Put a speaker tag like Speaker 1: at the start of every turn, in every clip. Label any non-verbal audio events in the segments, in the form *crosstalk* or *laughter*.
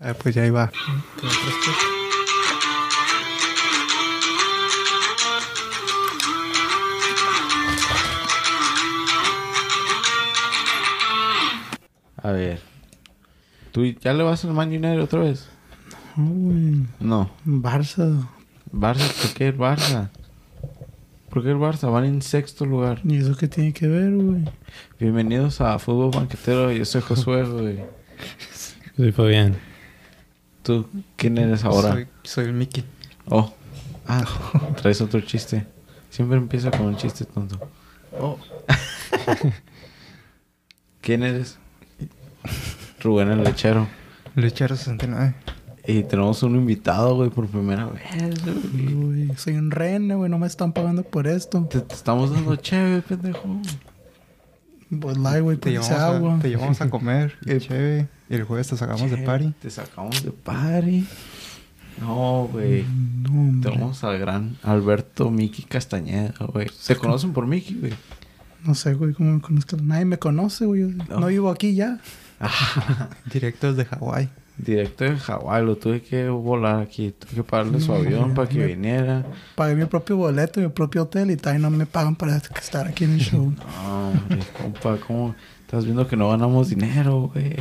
Speaker 1: Ah, pues ya iba.
Speaker 2: A ver. ¿Tú ya le vas al Man United otra vez? No.
Speaker 1: Barça.
Speaker 2: Barça, ¿por qué el Barça? ¿Por qué el Barça? Van en sexto lugar.
Speaker 1: ¿Y eso qué tiene que ver, güey?
Speaker 2: Bienvenidos a Fútbol Banquetero. Yo soy Josué, güey.
Speaker 3: Soy Fabián.
Speaker 2: ¿Tú quién eres ahora?
Speaker 4: Soy, soy el Mickey.
Speaker 2: Oh. Ah, traes otro chiste. Siempre empieza con un chiste tonto. Oh. *laughs* ¿Quién eres? Rubén el Lechero.
Speaker 4: Lechero 69.
Speaker 2: Y tenemos un invitado, güey, por primera vez. güey.
Speaker 1: Güey, soy un rene, güey. No me están pagando por esto.
Speaker 2: Te, te estamos dando chévere, pendejo.
Speaker 1: Pues light, güey.
Speaker 4: Te
Speaker 1: Te
Speaker 4: llevamos,
Speaker 1: agua.
Speaker 4: a, te llevamos a comer.
Speaker 2: El-
Speaker 4: el chévere. Y el jueves te sacamos de
Speaker 2: Chévere,
Speaker 4: party.
Speaker 2: Te sacamos de party. No, güey.
Speaker 4: Mm,
Speaker 1: No, hombre.
Speaker 2: Tenemos al gran Alberto Miki Castañeda, güey. Se conocen por Miki, güey.
Speaker 1: No sé, güey, cómo me conozco. Nadie me conoce, güey.
Speaker 2: No.
Speaker 1: No. vivo aquí ya.
Speaker 4: Directo desde Hawái.
Speaker 2: Directo de Hawái, lo tuve que volar aquí. Tuve que pagarle
Speaker 4: Mm,
Speaker 2: su avión para que
Speaker 1: me-
Speaker 2: viniera.
Speaker 1: Pagué mi propio boleto, mi propio hotel y tal. Y no me pagan para estar aquí en el
Speaker 4: *laughs*
Speaker 1: show.
Speaker 2: No, hombre, compa, ¿cómo? Estás viendo que no ganamos dinero, güey.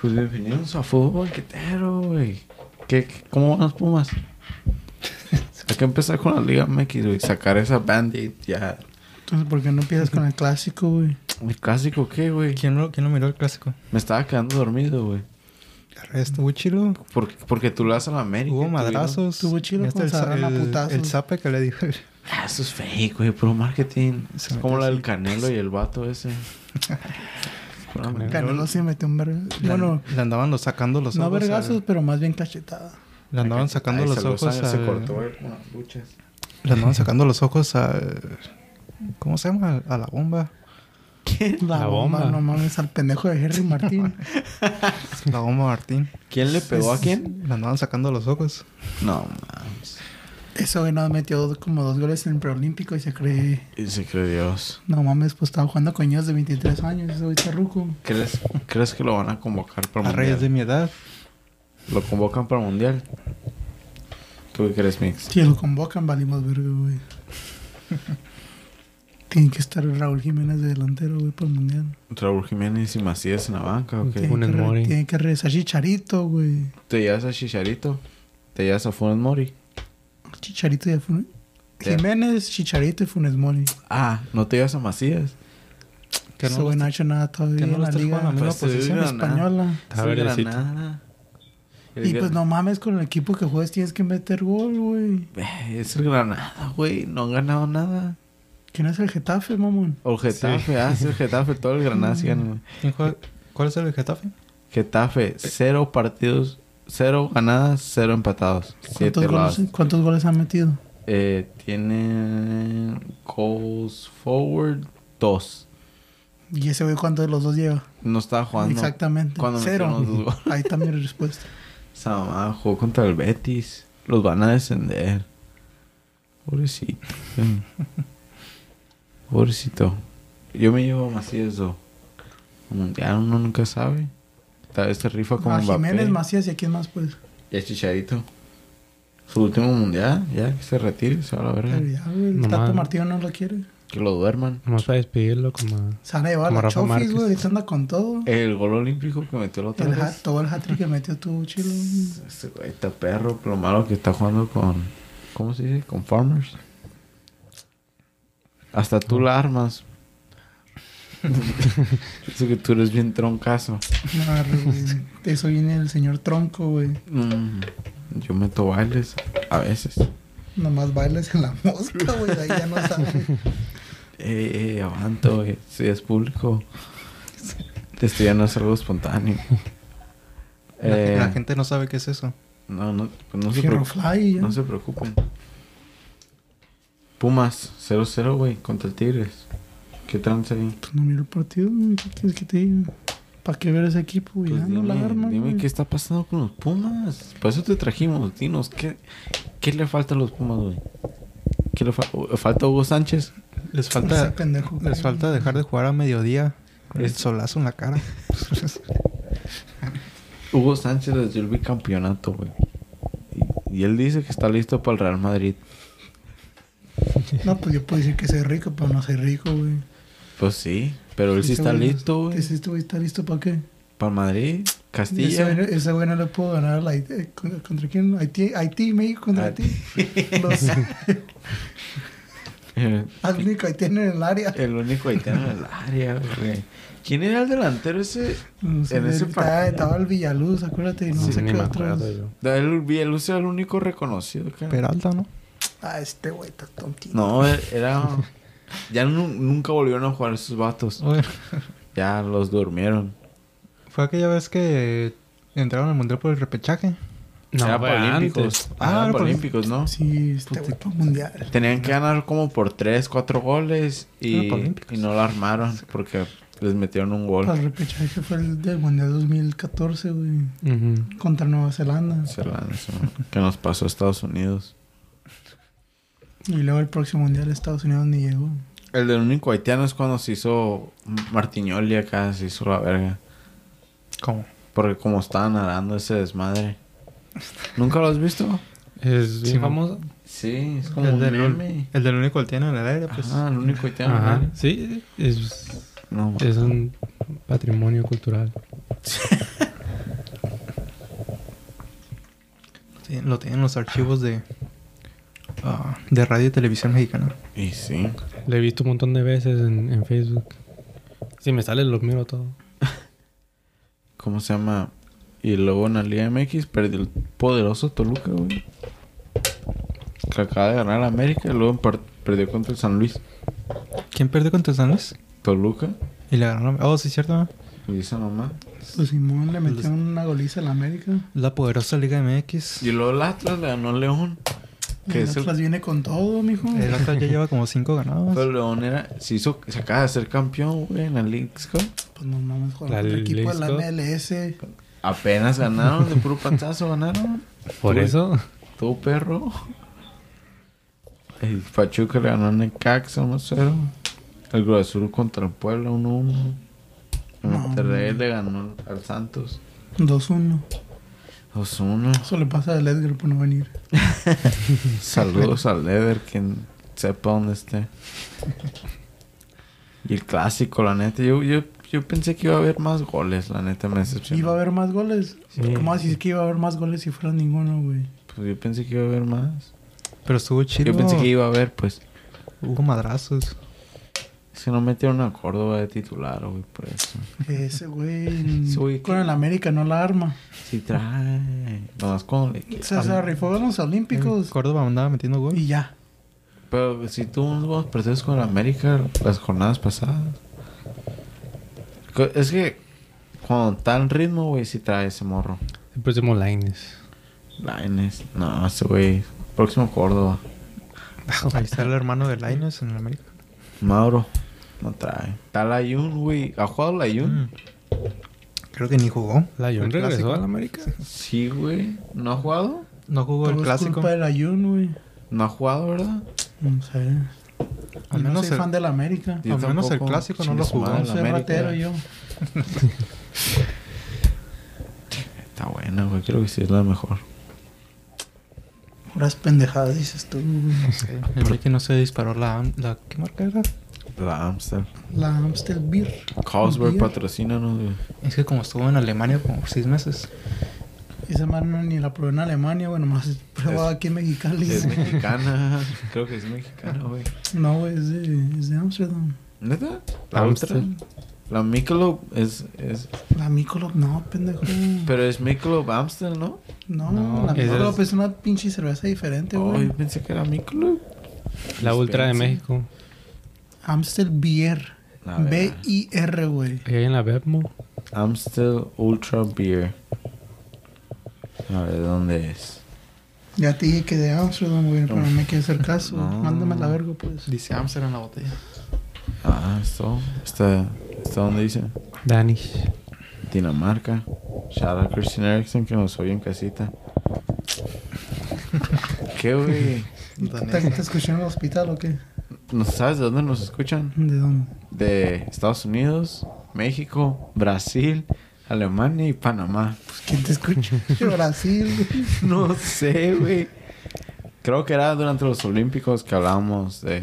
Speaker 2: Pues bienvenidos a Fútbol Banquetero, güey. ¿Qué, qué- cómo van las Pumas? Hay que empezar con la Liga MX, güey. Sacar esa Bandit ya.
Speaker 1: Entonces, ¿por qué no empiezas con el clásico, güey?
Speaker 2: ¿El clásico qué, güey?
Speaker 4: ¿Quién lo, ¿Quién lo miró el clásico?
Speaker 2: Me estaba quedando dormido, güey.
Speaker 4: El resto, hubo chilo.
Speaker 2: Porque, porque tú le das a la América.
Speaker 4: Hubo
Speaker 2: tuvieron-
Speaker 4: madrazos.
Speaker 1: Tuvo chilo
Speaker 4: Miraste
Speaker 1: con Sarana
Speaker 4: el, el,
Speaker 1: putazos.
Speaker 4: el zape que le dijo.
Speaker 2: Ah, eso es fake, güey. Puro marketing. Es
Speaker 4: Se metió
Speaker 2: como la del
Speaker 4: así.
Speaker 2: Canelo y el vato
Speaker 4: *laughs*
Speaker 2: ese. Pura mamá.
Speaker 1: Canelo sí metió un verga. Bueno,
Speaker 4: le andaban los- sacando los
Speaker 1: no
Speaker 4: ojos.
Speaker 1: vergazos,
Speaker 4: al-
Speaker 1: pero más bien cachetada.
Speaker 4: le andaban sacando
Speaker 2: Ay,
Speaker 4: los
Speaker 2: se lo
Speaker 4: ojos
Speaker 2: sabe, Se
Speaker 4: al-
Speaker 2: cortó, güey, con las luchas.
Speaker 4: Le andaban sacando los ojos al... ¿Cómo se llama? A la bomba.
Speaker 1: La,
Speaker 3: La
Speaker 1: bomba.
Speaker 3: bomba.
Speaker 1: no mames, al pendejo de
Speaker 4: *laughs*
Speaker 1: Henry Martín.
Speaker 4: La bomba Martín.
Speaker 2: ¿Quién le pegó a
Speaker 4: *laughs*
Speaker 2: quién?
Speaker 4: Le andaban sacando los ojos.
Speaker 2: No, mames.
Speaker 1: Eso, güey, no, metió dos- como dos goles en el preolímpico y se cree.
Speaker 2: Y se cree Dios.
Speaker 1: No mames, pues estaba jugando con niños de 23 años. Eso, güey, ruco.
Speaker 2: ¿Crees, ¿Crees que lo van a convocar para
Speaker 4: A
Speaker 2: el
Speaker 4: reyes
Speaker 2: mundial?
Speaker 4: de mi edad.
Speaker 2: Lo convocan para el mundial. ¿Tú qué crees, Mix?
Speaker 1: Si lo convocan, valimos verga, güey. Tiene que estar Raúl Jiménez de delantero, güey, para el mundial.
Speaker 2: Raúl Jiménez y Macías en la banca, ¿o qué?
Speaker 1: Tiene,
Speaker 3: Funes
Speaker 1: que re-
Speaker 3: Mori.
Speaker 1: tiene que regresar Chicharito, güey.
Speaker 2: ¿Te llevas a Chicharito? ¿Te llevas a Funes Mori?
Speaker 1: Chicharito y a Funes.
Speaker 2: Ya.
Speaker 1: Jiménez, Chicharito y Funes Mori.
Speaker 2: Ah, ¿no te llevas a Macías?
Speaker 4: Que no
Speaker 1: Ese güey no ha hecho nada todavía
Speaker 4: que
Speaker 1: en
Speaker 4: no lo
Speaker 1: la
Speaker 4: está
Speaker 1: liga.
Speaker 4: jugando a la
Speaker 2: Pues,
Speaker 4: misma posición.
Speaker 2: sí,
Speaker 1: española.
Speaker 3: Está
Speaker 2: Sí,
Speaker 3: verdecito.
Speaker 2: Granada. El
Speaker 1: Y pues
Speaker 2: Gran-
Speaker 1: no mames, con el equipo que juegas tienes que meter gol, güey.
Speaker 2: Eh, Es el Granada, güey. No han ganado nada.
Speaker 1: ¿Quién es el Getafe, mamón?
Speaker 2: O Getafe. Ah, sí, el Getafe. Todo el Granada sí ganó.
Speaker 4: ¿Quién juega- ¿Cuál es el de Getafe?
Speaker 2: Getafe, cero partidos, cero ganadas, cero empatados.
Speaker 1: ¿Cuántos
Speaker 2: Siete
Speaker 1: goles,
Speaker 2: lados.
Speaker 1: ¿Cuántos goles han metido?
Speaker 2: Eh, tiene goals forward, dos.
Speaker 1: Y ese güey, ¿cuántos de los dos lleva?
Speaker 2: No estaba jugando.
Speaker 1: Exactamente.
Speaker 2: Cuando
Speaker 1: Cero.
Speaker 2: metieron los dos
Speaker 1: *laughs*
Speaker 2: goles.
Speaker 1: Ahí está mi
Speaker 2: *laughs*
Speaker 1: respuesta.
Speaker 2: Esa mamá jugó contra el Betis. Los van a descender.
Speaker 1: *laughs*
Speaker 2: Pobrecito. güey. Pobrecito. Yo me llevo a Macías do. Mundial uno nunca sabe. Tal vez se rifa como
Speaker 1: A
Speaker 2: Mbappé.
Speaker 1: Jiménez, Macías y a quién más, pues.
Speaker 2: Y a Chicharito. Su último mundial, ya que se retire, se va a la verga.
Speaker 1: Pero ya, güey, el
Speaker 3: No
Speaker 1: Tato
Speaker 3: mames.
Speaker 1: Martino no lo quiere.
Speaker 2: Que lo duerman.
Speaker 3: Nomás para despedirlo como...
Speaker 1: Se van a llevar
Speaker 3: Como
Speaker 1: la
Speaker 3: Rafa
Speaker 1: Chofis,
Speaker 3: Márquez.
Speaker 1: güey. Ahorita anda con todo.
Speaker 2: El gol olímpico que metió la otra
Speaker 1: El hat,
Speaker 2: vez.
Speaker 1: todo el hat que metió
Speaker 2: *laughs*
Speaker 1: tu chilo.
Speaker 2: Ese güey está perro, pero lo malo que está jugando con. ¿Cómo se dice? Con Farmers. Hasta tú la armas. Eso que tú eres bien troncazo.
Speaker 1: No, arre, güey. De Eso viene el señor Tronco, güey.
Speaker 2: Mm, Yo meto bailes a veces.
Speaker 1: Nomás bailes en la
Speaker 2: *laughs*
Speaker 1: mosca, güey. de Ahí ya no sabe.
Speaker 2: Eh, eh, avanto, güey. Si es público. Esto ya no es algo espontáneo.
Speaker 4: La,
Speaker 2: Eh,
Speaker 4: la gente no sabe qué es eso.
Speaker 2: No, no, pues no se
Speaker 1: Fierro
Speaker 2: preocupen.
Speaker 1: Fly, ya.
Speaker 2: No se preocupen. Pumas, 0-0, güey, contra el Tigres. ¿Qué trance ahí?
Speaker 1: Pues no miro el partido, güey. ¿Qué quieres que te diga? ¿Para qué ver ese equipo, güey?
Speaker 2: Pues
Speaker 1: ya no
Speaker 2: dime,
Speaker 1: la arman,
Speaker 2: dime
Speaker 1: güey.
Speaker 2: qué está pasando con los Pumas. Por eso te trajimos, dinos, ¿qué, qué le falta a los Pumas, güey? ¿Qué le fa- o- falta a Hugo Sánchez?
Speaker 4: Les
Speaker 1: Ese
Speaker 4: falta,
Speaker 1: pendejo, güey.
Speaker 4: les falta *laughs* dejar de jugar a mediodía. Con el
Speaker 2: Es-
Speaker 4: solazo en la cara.
Speaker 2: Hugo Sánchez les dio el bicampeonato, güey. Y, y él dice que está listo para el Real Madrid.
Speaker 1: No, pues yo puedo decir que soy rico, pero no soy rico, güey.
Speaker 2: Pues sí, pero él sí
Speaker 1: Ese
Speaker 2: está
Speaker 1: güey-
Speaker 2: listo, güey.
Speaker 1: Ese este güey está listo para qué?
Speaker 2: Para el Madrid,
Speaker 1: Ese
Speaker 2: Castilla.
Speaker 1: güey, ese güey no le puedo ganar a la Haití- eh, ¿Contra, contra quién? Haití, Haití, México contra
Speaker 2: Haití. *laughs*
Speaker 1: Haití. Los,
Speaker 2: Eh,
Speaker 1: al único haitiano en el área.
Speaker 2: *laughs* El único haitiano en el área, güey. ¿Quién era el delantero ese?
Speaker 1: No sé,
Speaker 2: en ese
Speaker 1: estaba,
Speaker 2: partido.
Speaker 1: estaba el Villaluz, acuérdate, y no
Speaker 3: Sí,
Speaker 1: sé
Speaker 3: ni
Speaker 1: qué
Speaker 3: me
Speaker 1: otro.
Speaker 3: acuerdo yo.
Speaker 2: El Bielus era el único reconocido, cara.
Speaker 4: Peralta, ¿no?
Speaker 1: Ah, este güey está tontito.
Speaker 2: No, era. Ya nu- nunca volvieron a jugar esos vatos.
Speaker 4: Oye,
Speaker 2: Ya los durmieron.
Speaker 4: fue aquella vez que entraron al mundial por el repechaje.
Speaker 3: No,
Speaker 2: era
Speaker 3: fue
Speaker 2: para
Speaker 3: antes.
Speaker 2: olímpicos.
Speaker 4: Ah,
Speaker 2: Ah,
Speaker 4: era
Speaker 2: para
Speaker 4: para-
Speaker 2: olímpicos, ¿no?
Speaker 1: Sí, este güey para mundial.
Speaker 2: Tenían que ganar como por 3, 4 goles
Speaker 4: Era
Speaker 2: y,
Speaker 4: para olímpicos.
Speaker 2: y no la armaron porque les metieron un
Speaker 1: Para
Speaker 2: gol.
Speaker 1: el repechaje fue el del mundial 2014, güey.
Speaker 3: Ujú.
Speaker 1: Contra Nueva Zelanda.
Speaker 2: Se la lanzó. Que nos pasó a Estados Unidos.
Speaker 1: Y luego el próximo mundial de Estados Unidos ni llegó.
Speaker 2: El del único haitiano es cuando se hizo Martiñoli acá, se hizo la verga.
Speaker 4: ¿Cómo?
Speaker 2: Porque como estaban nadando ese desmadre. ¿Nunca lo has visto?
Speaker 3: Es bien
Speaker 4: Sí,
Speaker 3: famoso.
Speaker 2: Sí, es
Speaker 4: el, del, el del único que tiene en el aire, pues.
Speaker 2: Ah, el único haitiano.
Speaker 3: Ajá.
Speaker 2: ¿no?
Speaker 3: Sí, es,
Speaker 2: No, ma-
Speaker 3: es un patrimonio cultural.
Speaker 4: Sí, lo tienen en los archivos de, ah, de radio y televisión mexicana.
Speaker 2: Y sí.
Speaker 3: Lo he visto un montón de veces en, en Facebook. Si me sale, lo miro todo.
Speaker 2: ¿Cómo se llama? Y luego en la Liga MX perdió el poderoso Toluca, güey. Que acaba de ganar a América y luego per- perdió contra el San Luis.
Speaker 4: ¿Quién perdió contra San Luis?
Speaker 2: Toluca.
Speaker 4: Y le ganaron. Oh, sí, cierto. ¿no?
Speaker 2: Y esa mamá.
Speaker 1: Pues Simón le metió una goliza a la América.
Speaker 4: La poderosa Liga MX.
Speaker 2: Y luego el Atlas le ganó a León.
Speaker 1: Y
Speaker 2: Que
Speaker 1: el
Speaker 2: es el
Speaker 1: Atlas viene con todo, mijo.
Speaker 4: El Atlas ya lleva como cinco ganados.
Speaker 2: Pero León era, se hizo, se acaba de ser campeón, güey, en la League Cup.
Speaker 1: Pues no mames, con
Speaker 3: La
Speaker 1: el equipo de la
Speaker 3: Lisco.
Speaker 1: MLS.
Speaker 2: Apenas ganaron, de puro pantazo ganaron.
Speaker 3: Por
Speaker 2: Tuve-
Speaker 3: eso.
Speaker 2: Todo perro. El Pachuca le ganó a Necaxa 1-0. El Cruz Azul contra el Puebla 1-1. El
Speaker 1: No,
Speaker 2: Monterrey le ganó al Santos
Speaker 1: 2-1. *laughs*
Speaker 2: 2-1.
Speaker 1: Eso le pasa al Edgar por no venir.
Speaker 2: Saludos al Leder, quien sepa dónde esté. Y el clásico, la neta. Yo, yo, yo pensé que iba a haber más goles, la neta me decepcionó.
Speaker 1: ¿Iba a haber más goles?
Speaker 3: Sí.
Speaker 1: ¿Cómo así es que iba a haber más goles si fuera ninguno, güey?
Speaker 2: Pues yo pensé que iba a haber más.
Speaker 4: Pero estuvo chido.
Speaker 2: Yo pensé que iba a haber, pues.
Speaker 4: Hubo madrazos.
Speaker 2: Es que no metieron a Córdoba de titular, güey, por eso.
Speaker 1: Ese güey
Speaker 2: Ese güey
Speaker 1: en-
Speaker 2: que-
Speaker 1: con el América no la arma.
Speaker 2: Sí trae. Nomás cuando le
Speaker 1: O sea, se rifó en los
Speaker 4: En
Speaker 1: Olímpicos
Speaker 4: Córdoba andaba metiendo gol.
Speaker 1: y ya.
Speaker 2: Pero si tuvo unos buenos partidos con el América las jornadas pasadas. Co- Es que cuando tan ritmo, güey, sí trae ese morro.
Speaker 3: Siempre hacemos lines.
Speaker 2: Lines. No, ese güey. Próximo Córdoba.
Speaker 4: Ahí está el hermano de Lainez en el América.
Speaker 2: Mauro. No trae. Está Layun, güey. ¿Ha jugado Layun?
Speaker 4: Mm. Creo que ni jugó.
Speaker 3: La John
Speaker 4: ¿El
Speaker 3: regresó
Speaker 4: clásico?
Speaker 3: a la América.
Speaker 2: Sí, güey. ¿No ha jugado?
Speaker 4: No jugó
Speaker 1: Todo
Speaker 4: el
Speaker 1: es
Speaker 4: clásico.
Speaker 1: culpa del ayuno, güey.
Speaker 2: No ha jugado, ¿verdad?
Speaker 1: No sé. Yo
Speaker 4: Al
Speaker 1: no
Speaker 4: menos
Speaker 1: soy
Speaker 4: el-
Speaker 1: fan del América.
Speaker 4: Al menos el clásico no lo jugó.
Speaker 1: No
Speaker 4: del
Speaker 1: soy ratero yo.
Speaker 2: Está bueno, güey. Creo que sí es la mejor.
Speaker 1: Puras pendejadas dices tú. güey.
Speaker 4: El Ricky no se disparó la, la- ¿Qué marca era?
Speaker 2: La Amstel.
Speaker 1: La Amstel Beer.
Speaker 2: Carlsberg
Speaker 1: Beer.
Speaker 2: patrocínanos, güey.
Speaker 4: Es que como estuvo en Alemania como seis meses.
Speaker 1: Esa mano ni la probé en Alemania, bueno, más probaba aquí en Mexicali.
Speaker 2: Es mexicana. *laughs* Creo que es mexicana, güey.
Speaker 1: *laughs* No, güey, es de, es de Amsterdam.
Speaker 2: ¿Neta?
Speaker 3: La
Speaker 2: La
Speaker 3: Amstel.
Speaker 2: otra. La Michelob es, es...
Speaker 1: La Michelob, no, pendejo.
Speaker 2: *laughs* Pero es Michelob Amstel, ¿no?
Speaker 1: no,
Speaker 4: No,
Speaker 1: la
Speaker 3: esa
Speaker 1: Michelob
Speaker 3: es-
Speaker 1: es... una pinche cerveza diferente,
Speaker 2: Oh,
Speaker 1: güey.
Speaker 2: yo pensé que era Michelob.
Speaker 3: La Ultra de
Speaker 2: Dispensa.
Speaker 3: México.
Speaker 1: Amstel Beer.
Speaker 2: A ver.
Speaker 1: B-I-R, güey.
Speaker 3: Ahí hay en la Bepmo.
Speaker 2: Amstel Ultra Beer. A ver, ¿dónde es?
Speaker 1: Ya te dije que de Amsterdam, güey, pero no me quieres hacer caso.
Speaker 2: No.
Speaker 1: Mándame la verga, pues.
Speaker 4: Dice Amsterdam en la botella.
Speaker 2: Ah, esto. Está, está donde dice.
Speaker 3: Danish.
Speaker 2: Dinamarca. Shout out Christian Erickson que nos oye en casita. ¿Qué, güey?
Speaker 1: ¿Te, te escuché en el hospital o qué?
Speaker 2: ¿No sabes de dónde nos escuchan?
Speaker 1: ¿De dónde?
Speaker 2: de Estados Unidos, México, Brasil, Alemania y Panamá. *laughs*
Speaker 1: Pues, ¿Quién te escucha? Brasil. güey.
Speaker 2: No sé, güey. Creo que era durante los Olímpicos que hablábamos de,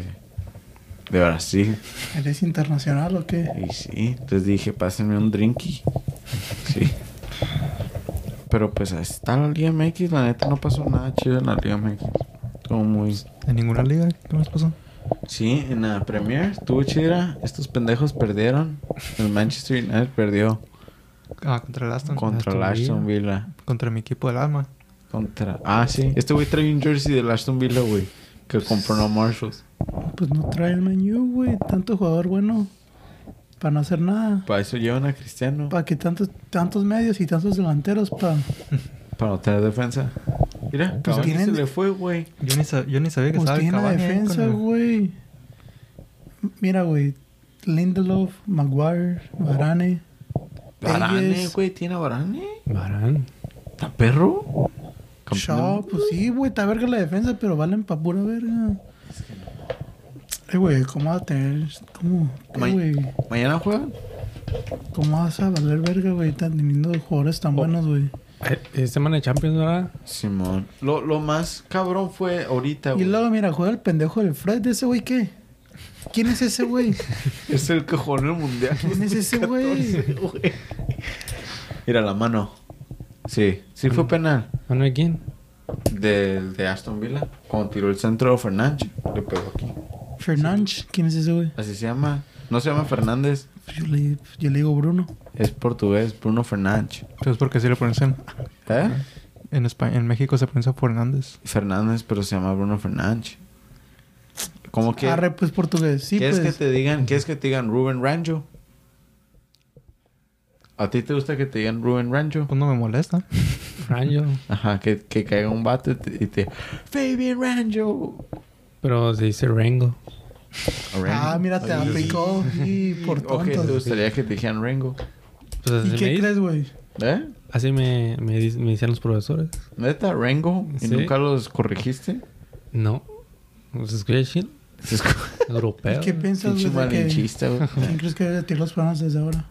Speaker 2: de Brasil.
Speaker 1: ¿Eres internacional o qué?
Speaker 2: Y sí, entonces dije, pásenme un drinky. Sí. Pero pues ahí está la Liga MX. La neta no pasó nada chido en la Liga MX. Estuvo muy...
Speaker 4: *laughs* ¿En ninguna liga? ¿Qué más pasó?
Speaker 2: Sí, en la Premier estuvo chida. Estos pendejos perdieron. El Manchester United perdió
Speaker 4: Ah, contra el Aston. Ah,
Speaker 2: contra el
Speaker 3: Aston
Speaker 2: Aston Villa.
Speaker 4: Contra mi equipo del alma.
Speaker 2: Contra... Ah, sí. Este güey trae un jersey del Aston Villa, güey. Que compró en Marshalls.
Speaker 1: Pues no trae el menú, güey. Tanto jugador bueno. Para no hacer nada.
Speaker 2: Para eso llevan a Cristiano.
Speaker 1: Para que tantos, tantos medios y tantos delanteros para...
Speaker 2: Para no tener defensa. Mira,
Speaker 1: Pues
Speaker 2: Cavani
Speaker 1: tienen-
Speaker 2: se le fue, güey.
Speaker 4: Yo ni, sa- yo ni sabía que
Speaker 1: Pues
Speaker 4: estaba el
Speaker 1: tiene la
Speaker 4: Cavani ahí
Speaker 1: defensa,
Speaker 4: con el-
Speaker 1: güey. Mira, güey. Lindelof, Maguire,
Speaker 4: Oh,
Speaker 1: Varane.
Speaker 2: Varane,
Speaker 1: Telles,
Speaker 2: güey. ¿Tiene a Varane?
Speaker 3: Barán.
Speaker 2: ¿Está perro?
Speaker 1: Shaw, pues sí, güey. Está verga la defensa, pero valen pa' pura verga. Eh, güey, ¿cómo va a tener...? ¿Cómo? ¿Qué,
Speaker 2: Ma-
Speaker 1: güey?
Speaker 2: ¿Mañana juegan?
Speaker 1: ¿Cómo vas a valer verga, güey? Tan teniendo jugadores
Speaker 4: Oh,
Speaker 1: tan buenos, güey.
Speaker 3: Eh, Esta semana de Champions, ¿verdad?
Speaker 2: Simón. Lo, lo más cabrón fue ahorita,
Speaker 1: Y
Speaker 2: güey.
Speaker 1: luego, mira, juega el pendejo del Fred. ¿Ese güey qué? ¿Quién es ese güey?
Speaker 2: Es el que jugó en
Speaker 1: *laughs*
Speaker 2: el mundial.
Speaker 1: ¿Quién es ese
Speaker 4: *laughs*
Speaker 1: güey?
Speaker 2: 2014, güey. Mira la mano. Sí, sí fue penal.
Speaker 3: ¿Mano de quién?
Speaker 2: De, de Aston Villa. Cuando tiró el centro Fernández, le pegó aquí.
Speaker 1: Fernández. ¿Quién es ese güey?
Speaker 2: Así se llama. No se llama Fernández.
Speaker 1: Pues Yo le, yo le digo Bruno.
Speaker 2: Es portugués, Bruno Fernández.
Speaker 4: Pero es Pues porque sí lo pronuncian.
Speaker 2: ¿Eh?
Speaker 4: En, España, en México se pronuncia Fernández.
Speaker 2: Fernández, pero se llama Bruno Fernández. Como que.
Speaker 1: Arre, pues portugués. Sí,
Speaker 2: ¿Quieres
Speaker 1: pues.
Speaker 2: que te digan, quieres que te digan Rubén Rancho? ¿A ti te gusta que te digan Rubén Rancho?
Speaker 4: Pues no me molesta.
Speaker 3: Rancho.
Speaker 2: Ajá, que, que caiga un bate y te... Fabian Rancho.
Speaker 3: Pero se dice Rengo.
Speaker 2: O Rango.
Speaker 1: Ah, mira, te aplicó. Y
Speaker 2: *laughs*
Speaker 1: por
Speaker 2: O que
Speaker 1: tonto.
Speaker 2: te gustaría que te dijeran Rango.
Speaker 3: Pues así,
Speaker 1: ¿Y qué
Speaker 3: me,
Speaker 1: crees, güey?
Speaker 2: ¿Eh?
Speaker 3: así me, me, di- me decían los profesores.
Speaker 2: ¿Neta, Rango? ¿Y
Speaker 3: Sí.
Speaker 2: nunca los corregiste?
Speaker 3: No. Pues, ¿Se escucha chill?
Speaker 1: *laughs*
Speaker 2: Se escucha
Speaker 1: ¿Y
Speaker 3: Europeo.
Speaker 1: qué piensas,
Speaker 2: pinche
Speaker 1: güey? de que-
Speaker 2: malinchista,
Speaker 1: *laughs*
Speaker 2: güey.
Speaker 1: ¿Quién crees que debe de tirar los planos desde ahora?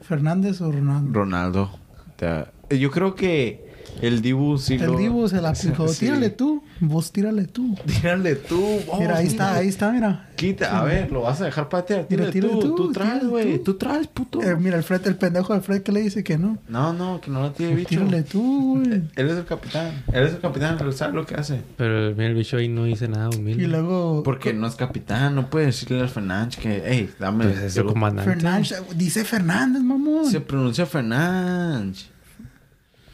Speaker 1: ¿Fernández o Ronaldo?
Speaker 2: Ronaldo. te- Yo creo que el Dibu sí
Speaker 1: El
Speaker 2: lo- *laughs*
Speaker 1: Divo se la aplicó.
Speaker 2: Sí. Oh,
Speaker 1: Tírale tú. Vos tírale tú.
Speaker 2: Tírale tú. vamos,
Speaker 1: Mira, ahí está,
Speaker 2: tírale.
Speaker 1: ahí está, mira.
Speaker 2: Quita, a ver, lo vas a dejar patear.
Speaker 1: Mira,
Speaker 2: Tira,
Speaker 1: tira
Speaker 2: tú,
Speaker 1: tú,
Speaker 2: tú, traes,
Speaker 1: tira
Speaker 2: güey.
Speaker 1: tú.
Speaker 2: Tú traes, puto.
Speaker 1: Eh, mira, el Fred, el pendejo del Fred que le dice que no.
Speaker 2: no, no, que no lo tiene bicho.
Speaker 1: Tírale tú, güey.
Speaker 2: Él es el capitán. Él es el capitán, pero sabe lo que hace.
Speaker 3: Pero mira, el bicho ahí no dice nada humilde.
Speaker 1: Y luego.
Speaker 2: Porque no es capitán, no puede decirle al Fernández que, hey, dame.
Speaker 3: Pues es
Speaker 2: yo
Speaker 3: el
Speaker 2: lo-
Speaker 3: comandante.
Speaker 1: Fernández. Dice Fernández, mamón.
Speaker 2: Se pronuncia Fernández.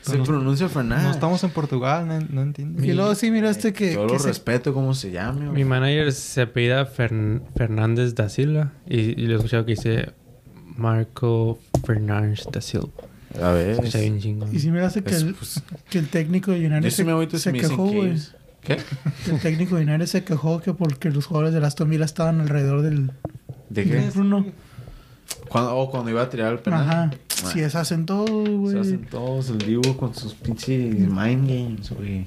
Speaker 2: Se
Speaker 4: No, no-
Speaker 2: pronuncia Fernández.
Speaker 4: No estamos en Portugal, no, no entiendo.
Speaker 1: Y luego sí, mira este que.
Speaker 2: Yo
Speaker 1: que
Speaker 2: lo
Speaker 1: se-
Speaker 2: respeto como se llame.
Speaker 3: Mi
Speaker 2: güey.
Speaker 3: manager se apellida Fern- Fernández da Silva. Y, y lo he escuchado que dice Marco Fernández da Silva.
Speaker 2: A ver.
Speaker 3: Escucha bien chingón.
Speaker 1: Y si miraste que,
Speaker 2: Es-
Speaker 1: el,
Speaker 2: pues,
Speaker 1: que el técnico de United
Speaker 2: yo sí
Speaker 1: se,
Speaker 2: este me voy tú si
Speaker 1: se
Speaker 2: me dicen
Speaker 1: quejó,
Speaker 2: que
Speaker 1: güey.
Speaker 2: es- ¿Qué?
Speaker 1: El técnico de United se quejó que porque los jugadores de Aston Villa estaban alrededor del
Speaker 2: ¿De
Speaker 1: del
Speaker 2: qué?
Speaker 1: Bruno.
Speaker 2: Cuando, oh, cuando iba a tirar el penal.
Speaker 1: Ajá.
Speaker 2: Ah.
Speaker 1: Si es hacen todo,
Speaker 2: Se hacen
Speaker 1: güey.
Speaker 2: todos el Dibu con sus pinches mind games, güey.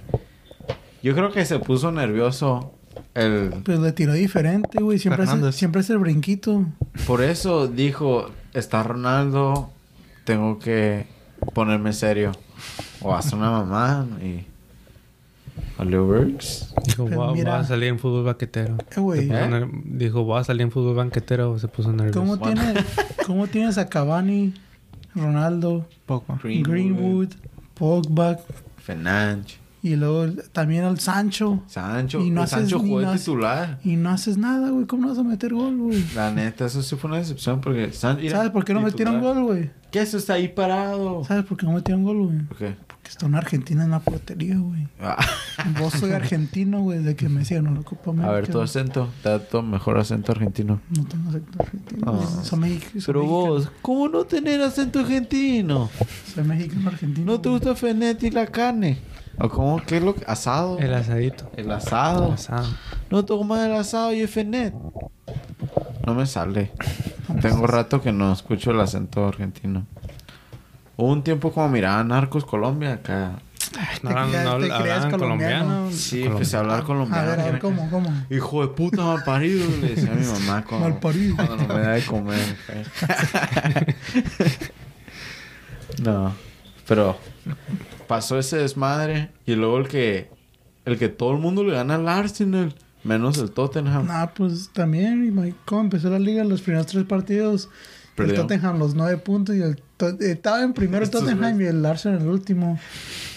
Speaker 2: Yo creo que se puso nervioso el...
Speaker 1: Pues le tiró diferente, güey. Siempre hace,
Speaker 4: Fernández.
Speaker 1: siempre hace el brinquito.
Speaker 2: Por eso dijo, está Ronaldo, tengo que ponerme serio. O hacer una mamá y... Valió vergs.
Speaker 3: Dijo,
Speaker 1: Pues
Speaker 3: "Voy a-
Speaker 1: mira.
Speaker 3: voy a salir en fútbol banquetero.
Speaker 1: Eh, güey.
Speaker 3: Se puso
Speaker 2: ¿Eh?
Speaker 3: ner- Dijo, voy a salir en fútbol banquetero. Se puso nervioso.
Speaker 1: ¿Cómo,
Speaker 2: Bueno.
Speaker 1: tiene, ¿Cómo tienes a Cavani, Ronaldo,
Speaker 4: Poco.
Speaker 1: Greenwood, Pogba
Speaker 2: Fernández.
Speaker 1: y luego también al Sancho?
Speaker 2: Sancho.
Speaker 1: Y no
Speaker 2: el
Speaker 1: haces
Speaker 2: Sancho
Speaker 1: ni
Speaker 2: jugó de
Speaker 1: no haces-
Speaker 2: titular.
Speaker 1: Y no haces nada, güey. ¿Cómo no vas a meter gol, güey?
Speaker 2: La neta, eso sí fue una decepción porque... Sancho, mira,
Speaker 1: ¿Sabes por qué no metieron
Speaker 2: titular.
Speaker 1: gol, güey?
Speaker 2: ¿Qué? Eso está ahí parado.
Speaker 1: ¿Sabes por qué no metieron gol, güey? *laughs*
Speaker 2: ¿Por qué?
Speaker 1: Porque está una Argentina en la portería,
Speaker 2: *laughs*
Speaker 1: güey.
Speaker 2: Ah.
Speaker 1: Vos soy argentino, güey, desde que me hicieron la Copa América.
Speaker 2: A ver, tu
Speaker 1: güey.
Speaker 2: acento. Da tu mejor acento argentino.
Speaker 1: No tengo acento argentino.
Speaker 2: No.
Speaker 1: güey. Soy, mexi- soy
Speaker 2: Ah. Pero
Speaker 1: mexicano.
Speaker 2: vos, ¿cómo no tener acento argentino?
Speaker 1: Soy mexicano argentino.
Speaker 2: ¿No te
Speaker 1: güey.
Speaker 2: gusta Fenet y la carne? ¿O cómo? ¿Qué es lo que? Asado.
Speaker 3: El asadito.
Speaker 2: El asado.
Speaker 3: El asado.
Speaker 2: No tomas el asado y el Fenet. No me sale.
Speaker 1: pues,
Speaker 2: Tengo rato que no escucho el acento argentino. Hubo un tiempo como miraba Narcos Colombia acá.
Speaker 1: Te
Speaker 3: No, hablan-
Speaker 1: creas-
Speaker 3: no
Speaker 1: te
Speaker 3: hablan-
Speaker 1: creas
Speaker 3: hablan
Speaker 1: colombiano.
Speaker 3: colombiano.
Speaker 2: Sí, pues,
Speaker 3: Colombiano.
Speaker 2: empecé a hablar
Speaker 1: A
Speaker 2: colombiano.
Speaker 1: ver, a ver, ¿cómo, cómo?
Speaker 2: Hijo de puta mal parido, le decía
Speaker 1: *laughs*
Speaker 2: a mi mamá cuando,
Speaker 1: Malparido. *laughs*
Speaker 2: cuando no me da de comer. güey. No. Pero pasó ese desmadre y luego el que el que todo el mundo le gana al Arsenal, menos el Tottenham.
Speaker 1: Nah, pues también, y Mike, ¿cómo empezó la liga los primeros tres partidos?
Speaker 2: Perdió.
Speaker 1: El Tottenham los nueve puntos y el To- estaba en primero el
Speaker 2: Estos
Speaker 1: Tottenham y el Arsenal el último.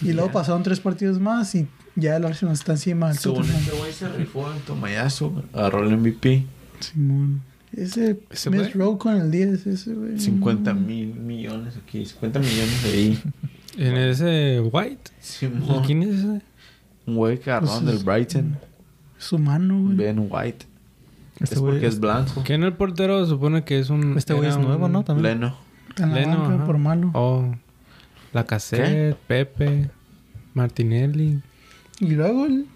Speaker 1: Y luego pasaron tres partidos más y ya el Arsenal está encima del
Speaker 2: Según
Speaker 1: Tottenham.
Speaker 2: este güey se rifó el tomayazo, agarró el MVP.
Speaker 1: Simón. Ese,
Speaker 4: ¿Ese
Speaker 1: Miss
Speaker 4: güey?
Speaker 1: Rowe con el 10, ese güey.
Speaker 2: 50 mil millones aquí, 50 millones ahí.
Speaker 3: En ese White.
Speaker 2: Simón.
Speaker 3: ¿Quién es ese?
Speaker 2: Un güey que agarraron
Speaker 1: Pues es-
Speaker 2: del Brighton,
Speaker 1: Su mano, güey.
Speaker 2: Ben White.
Speaker 4: Este
Speaker 2: es
Speaker 4: güey-
Speaker 2: porque es blanco.
Speaker 3: ¿Quién el portero supone que es un.
Speaker 4: Este güey
Speaker 3: era
Speaker 4: es nuevo,
Speaker 3: un-
Speaker 4: ¿no? También.
Speaker 2: Leno.
Speaker 1: Está en la
Speaker 3: Leno,
Speaker 1: banca
Speaker 3: ajá.
Speaker 1: por malo.
Speaker 3: Oh. La cassette, Pepe, Martinelli.
Speaker 1: Y luego el, el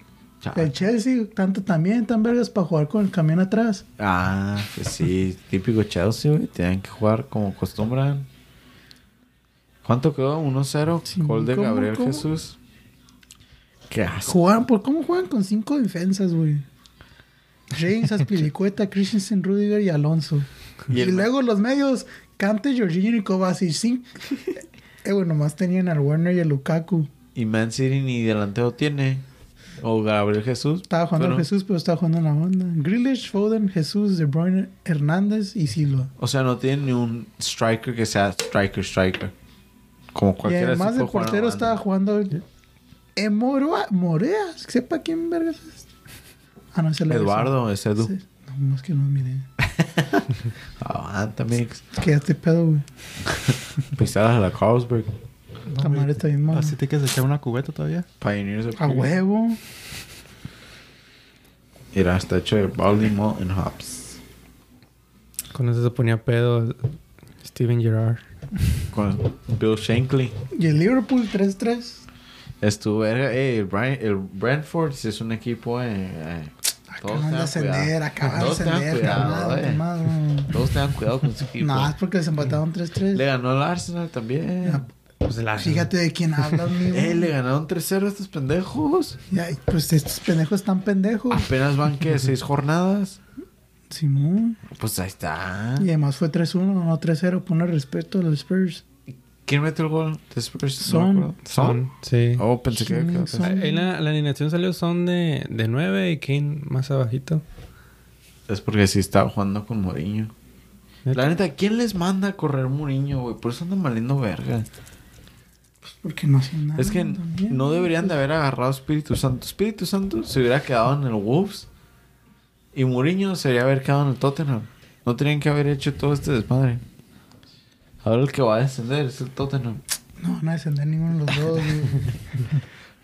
Speaker 2: Chale.
Speaker 1: Chelsea, tanto también, tan vergas para jugar con el camión atrás.
Speaker 2: Ah, pues sí, típico Chelsea, güey. Tienen que jugar como acostumbran. ¿Cuánto quedó? 1-0.
Speaker 1: Sí,
Speaker 2: Gol de
Speaker 1: ¿cómo,
Speaker 2: Gabriel
Speaker 1: cómo?
Speaker 2: Jesús. Qué asco.
Speaker 1: Jugaban, ¿por cómo juegan con cinco defensas, güey? James, Aspilicueta, Christensen, Rudiger y Alonso.
Speaker 2: Y
Speaker 1: Y,
Speaker 2: el-
Speaker 1: luego los medios, Kante, Jorginho y Kovacic. Cin- eh, bueno, más tenían al Werner y al Lukaku.
Speaker 2: Y Man City ni delantero tiene. O Gabriel Jesús.
Speaker 1: Estaba jugando
Speaker 2: pero-
Speaker 1: Jesús, pero estaba jugando en la banda. Grealish, Foden, Jesús, De Bruyne, Hernández y Silva.
Speaker 2: O sea, no tiene ni un striker que sea striker, striker. Como
Speaker 1: Y
Speaker 2: cualquiera. sí
Speaker 1: además de
Speaker 2: puede jugar en
Speaker 1: portero
Speaker 2: la banda.
Speaker 1: estaba jugando Emoroa, Morea. Sepa quién vergas es. Ah, no, ese es el
Speaker 2: Eduardo, es Edu.
Speaker 1: Sí. No, más que no mire.
Speaker 2: Ah, también.
Speaker 1: Quédate pedo, güey.
Speaker 2: Pisadas a la Carlsberg.
Speaker 1: Esta madre está bien mala.
Speaker 4: Así te quieres echar una cubeta todavía.
Speaker 2: Pioneers of
Speaker 1: A huevo.
Speaker 2: Era hasta hecho de Baldy Malt and Hops.
Speaker 3: Con eso se ponía pedo Steven Gerrard.
Speaker 2: Con Bill Shankly.
Speaker 1: Y el Liverpool 3-3.
Speaker 2: Estuvo, era, eh, el, Brian, el Brentford sí es un equipo, eh, eh,
Speaker 1: Acaban
Speaker 2: todos
Speaker 1: de
Speaker 2: tengan
Speaker 1: ascender,
Speaker 2: cuidado.
Speaker 1: acaban de
Speaker 2: Todos tengan
Speaker 1: ascender.
Speaker 2: cuidado,
Speaker 1: calmado,
Speaker 2: eh.
Speaker 1: calmado.
Speaker 2: Todos tengan cuidado con su equipo.
Speaker 1: No, es porque les empataron
Speaker 2: Le
Speaker 1: 3-3.
Speaker 2: ganó al Arsenal también.
Speaker 1: Ya,
Speaker 3: Pues el Arsenal.
Speaker 1: Fíjate de quién
Speaker 2: *laughs*
Speaker 1: hablas, amigo.
Speaker 2: Eh, le ganaron 3-0 a estos pendejos.
Speaker 1: Ya, y pues estos pendejos están pendejos.
Speaker 2: Apenas van que seis jornadas.
Speaker 1: Simón.
Speaker 2: Pues ahí está.
Speaker 1: Y además fue 3-1, no 3-0. Pone respeto a los Spurs.
Speaker 2: ¿Quién metió el gol? de Spurs?
Speaker 1: Son.
Speaker 2: No me acuerdo.
Speaker 3: Son. Sí.
Speaker 2: Oh, pensé que
Speaker 1: ¿Quién
Speaker 2: que-
Speaker 1: es Son?
Speaker 3: En la, la alineación salió Son de, de 9 y Kane más abajito.
Speaker 2: Es porque sí estaba jugando con Mourinho.
Speaker 3: ¿Neta?
Speaker 2: La neta, ¿quién les manda a correr Mourinho, güey? Por eso andan valiendo verga.
Speaker 1: Porque no hacían nada.
Speaker 2: Es que
Speaker 1: Ah, también. Pues
Speaker 2: no deberían de haber agarrado a Espíritu Santo. Espíritu Santo se hubiera quedado en el Wolves. Y Mourinho se debería haber quedado en el Tottenham. No tenían que haber hecho todo este desmadre. Ahora el que va a descender es el Tottenham.
Speaker 1: No van a descender ninguno de los dos,
Speaker 2: *laughs*
Speaker 1: güey.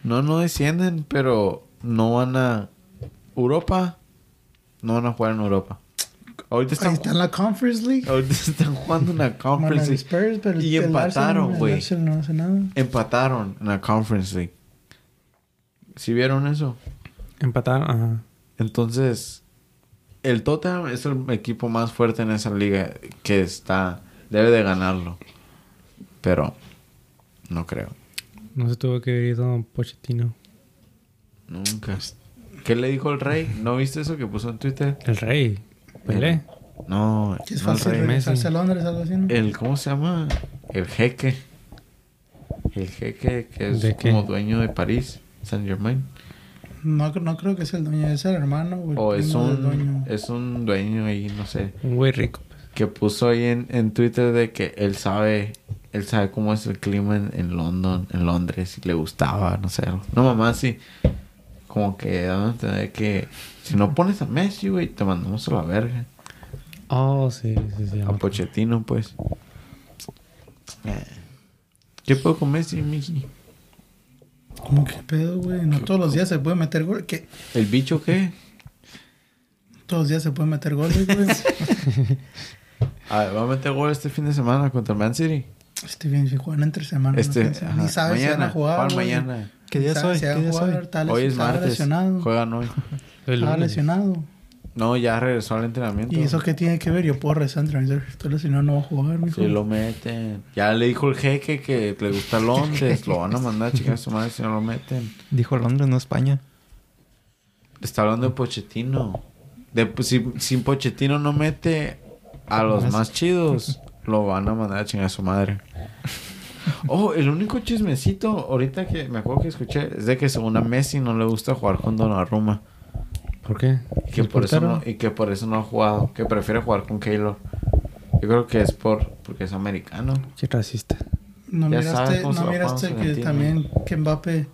Speaker 2: No, no descienden, pero no van a Europa. No van a jugar en Europa. Ahorita
Speaker 1: Ahí
Speaker 2: están,
Speaker 1: está en la Conference League.
Speaker 2: ahorita están jugando
Speaker 1: *laughs*
Speaker 2: una
Speaker 1: Bueno,
Speaker 2: Conference
Speaker 1: el
Speaker 2: League.
Speaker 1: Spurs, pero el-
Speaker 2: Y
Speaker 1: el
Speaker 2: empataron,
Speaker 1: Arsenal- el
Speaker 2: güey.
Speaker 1: Arsenal no hace nada.
Speaker 2: Empataron en la Conference League. ¿Sí vieron eso?
Speaker 3: Empataron. Ajá.
Speaker 2: Entonces, el Tottenham es el equipo más fuerte en esa liga que está. Debe de ganarlo. Pero no creo.
Speaker 3: No se tuvo que haber ido Pochettino.
Speaker 2: Nunca. ¿Qué le dijo el rey? ¿No viste eso que puso en Twitter?
Speaker 3: El rey. Pelé.
Speaker 2: No,
Speaker 1: Que es
Speaker 2: no el
Speaker 1: fácil
Speaker 2: rey.
Speaker 1: regresarse
Speaker 3: Messi.
Speaker 1: a Londres, algo así, ¿no?
Speaker 2: El, ¿Cómo se llama? El jeque. El jeque que es
Speaker 3: ¿De qué?
Speaker 2: como dueño de París, Saint Germain.
Speaker 1: No, no creo que sea el dueño, es el hermano, güey.
Speaker 2: O es
Speaker 1: primo del dueño.
Speaker 2: un, eh. es un dueño ahí, no sé.
Speaker 3: Un güey rico.
Speaker 2: que puso ahí en, en Twitter de que él sabe, él sabe cómo es el clima en, en London, en Londres, y le gustaba, no sé, algo. no mamá sí, como que daban a entender que si no pones a Messi, güey, te mandamos a la verga,
Speaker 3: Oh, sí, sí, sí.
Speaker 2: a Pochettino, pues. Eh. ¿Qué puedo con Messi, Miki?
Speaker 1: ¿Cómo que pedo, güey? No todos los días se puede meter gol. ¿Qué?
Speaker 2: ¿El bicho qué?
Speaker 1: Todos los días se puede meter goles,
Speaker 2: *laughs*
Speaker 1: güey. Este
Speaker 2: A ver, va a meter gol este fin de semana contra el Man City.
Speaker 1: este bien, si juegan entre semanas.
Speaker 2: Este, ajá,
Speaker 1: ni saben si van a jugar.
Speaker 2: ¿cuál
Speaker 1: güey.
Speaker 2: mañana.
Speaker 4: ¿Qué día
Speaker 1: Ni
Speaker 4: es
Speaker 1: saben
Speaker 4: hoy?
Speaker 1: si
Speaker 4: ¿Qué
Speaker 1: van a
Speaker 4: día es hoy?
Speaker 1: jugar, tal-
Speaker 2: Hoy es
Speaker 1: estaba
Speaker 2: martes.
Speaker 1: lesionado.
Speaker 2: Juegan hoy.
Speaker 3: El
Speaker 4: Ah,
Speaker 1: Estaba
Speaker 3: lunes.
Speaker 1: lesionado.
Speaker 2: No, ya regresó al entrenamiento.
Speaker 1: ¿Y eso qué tiene que ver? Yo puedo rezar entrenador. Estoy lesionado, no voy a jugar, mijo.
Speaker 2: Si lo meten. Ya le dijo el jeque que le gusta Londres. lo van a mandar a chingar a su madre si no lo meten.
Speaker 4: Dijo Londres, no España.
Speaker 2: Está hablando de Pochettino. De, pues, si, si Pochettino no mete a los más chidos, lo van a mandar a chingar a su madre. Oh, el único chismecito ahorita que me acuerdo que escuché es de que según a Messi no le gusta jugar con Donnarumma.
Speaker 3: ¿Por qué?
Speaker 2: Y que,
Speaker 3: ¿Es
Speaker 2: por eso
Speaker 3: portero?
Speaker 2: no, y que por eso no ha jugado. Que prefiere jugar con Keylor. Yo creo que es por porque es americano.
Speaker 3: Qué racista.
Speaker 1: ¿No
Speaker 2: Ya
Speaker 1: miraste,
Speaker 2: sabes cómo se
Speaker 1: ¿no
Speaker 2: la
Speaker 1: miraste
Speaker 2: juegan
Speaker 1: que
Speaker 2: los
Speaker 1: también que Mbappé,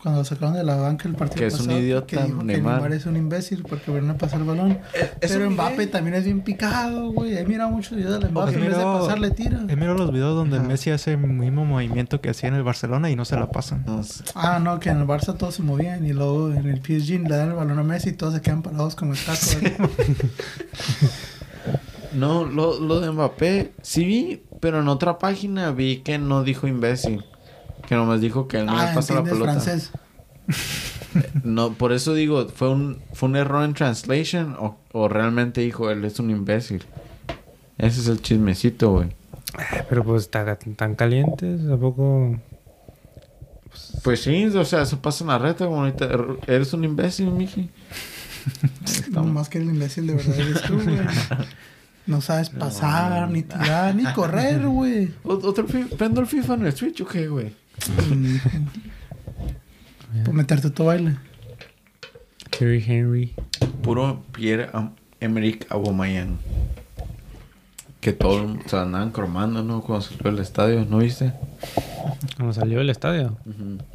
Speaker 1: cuando lo sacaron de la banca el partido
Speaker 2: Que es un
Speaker 1: pasado,
Speaker 2: idiota,
Speaker 1: que dijo que
Speaker 2: Neymar.
Speaker 1: Neymar es un imbécil porque viene a pasar el balón?
Speaker 2: es
Speaker 1: Pero
Speaker 2: un
Speaker 1: Mbappé
Speaker 2: video.
Speaker 1: también es bien picado, güey. He mirado muchos videos del Mbappé. pues
Speaker 4: He
Speaker 1: En vez de
Speaker 4: mirado-
Speaker 1: pasar, le tira.
Speaker 4: He mirado eh, los videos donde
Speaker 1: Ajá.
Speaker 4: Messi hace el mismo movimiento que hacía en el Barcelona y no se la pasan.
Speaker 2: No sé.
Speaker 1: Ah, no, que en el Barça todos se movían y luego en el PSG le dan el balón a Messi y todos se quedan parados como
Speaker 2: *laughs*
Speaker 1: estatuas.
Speaker 2: No, lo, lo de Mbappé sí vi, pero en otra página vi que no dijo imbécil. Que nomás dijo que él no
Speaker 1: ah,
Speaker 2: le pasa la
Speaker 1: ¿entiendes
Speaker 2: pelota.
Speaker 1: francés?
Speaker 2: *laughs* No, por eso digo, ¿fue un, fue un error en translation o, o realmente dijo él es un imbécil? Ese es el chismecito, güey.
Speaker 3: Eh, Pero pues está tan calientes, tampoco.
Speaker 2: Pues sí, o sea, se pasa en la reta como ahorita. er- Eres un imbécil, Miki.
Speaker 1: Nomás que el imbécil de verdad eres tú, güey. No sabes pasar, ni tirar, ni correr, güey.
Speaker 2: Ot- ¿Otro fi- prendo el FIFA en el Switch o qué, güey?
Speaker 1: Por meterte tu baile.
Speaker 3: Terry Henry.
Speaker 2: Puro Pierre Am- Emerick Aubameyang. Que todo el- se andaban cromando, ¿no? Cuando salió del estadio, ¿no viste?
Speaker 3: Cuando salió del estadio.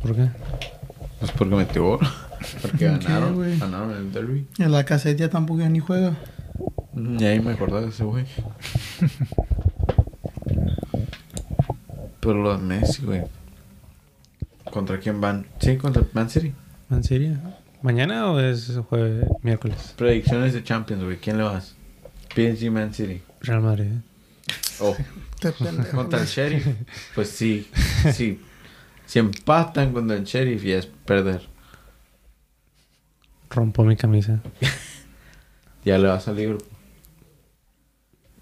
Speaker 3: ¿Por qué?
Speaker 2: Pues porque metió gol. *laughs* Porque
Speaker 1: Ok,
Speaker 2: ganaron,
Speaker 1: güey.
Speaker 2: ganaron el derby.
Speaker 1: En la caseta ya tampoco ya ni juega.
Speaker 2: Y ahí me acordé de ese güey. Pero lo de Messi, güey. ¿Contra quién van? Sí, contra el Man City.
Speaker 3: ¿En serio? ¿Mañana o es jueves, miércoles?
Speaker 2: Predicciones de Champions, güey. ¿Quién le vas? PSG Man City.
Speaker 3: Real Madrid. ¿eh?
Speaker 2: Oh, *laughs*
Speaker 1: Te pendejo,
Speaker 2: contra
Speaker 4: *laughs*
Speaker 2: el
Speaker 1: güey.
Speaker 2: Sheriff. Pues sí, sí. Si empatan contra el Sheriff, ya es perder.
Speaker 3: Rompo mi camisa.
Speaker 2: Ya le vas al Liverpool.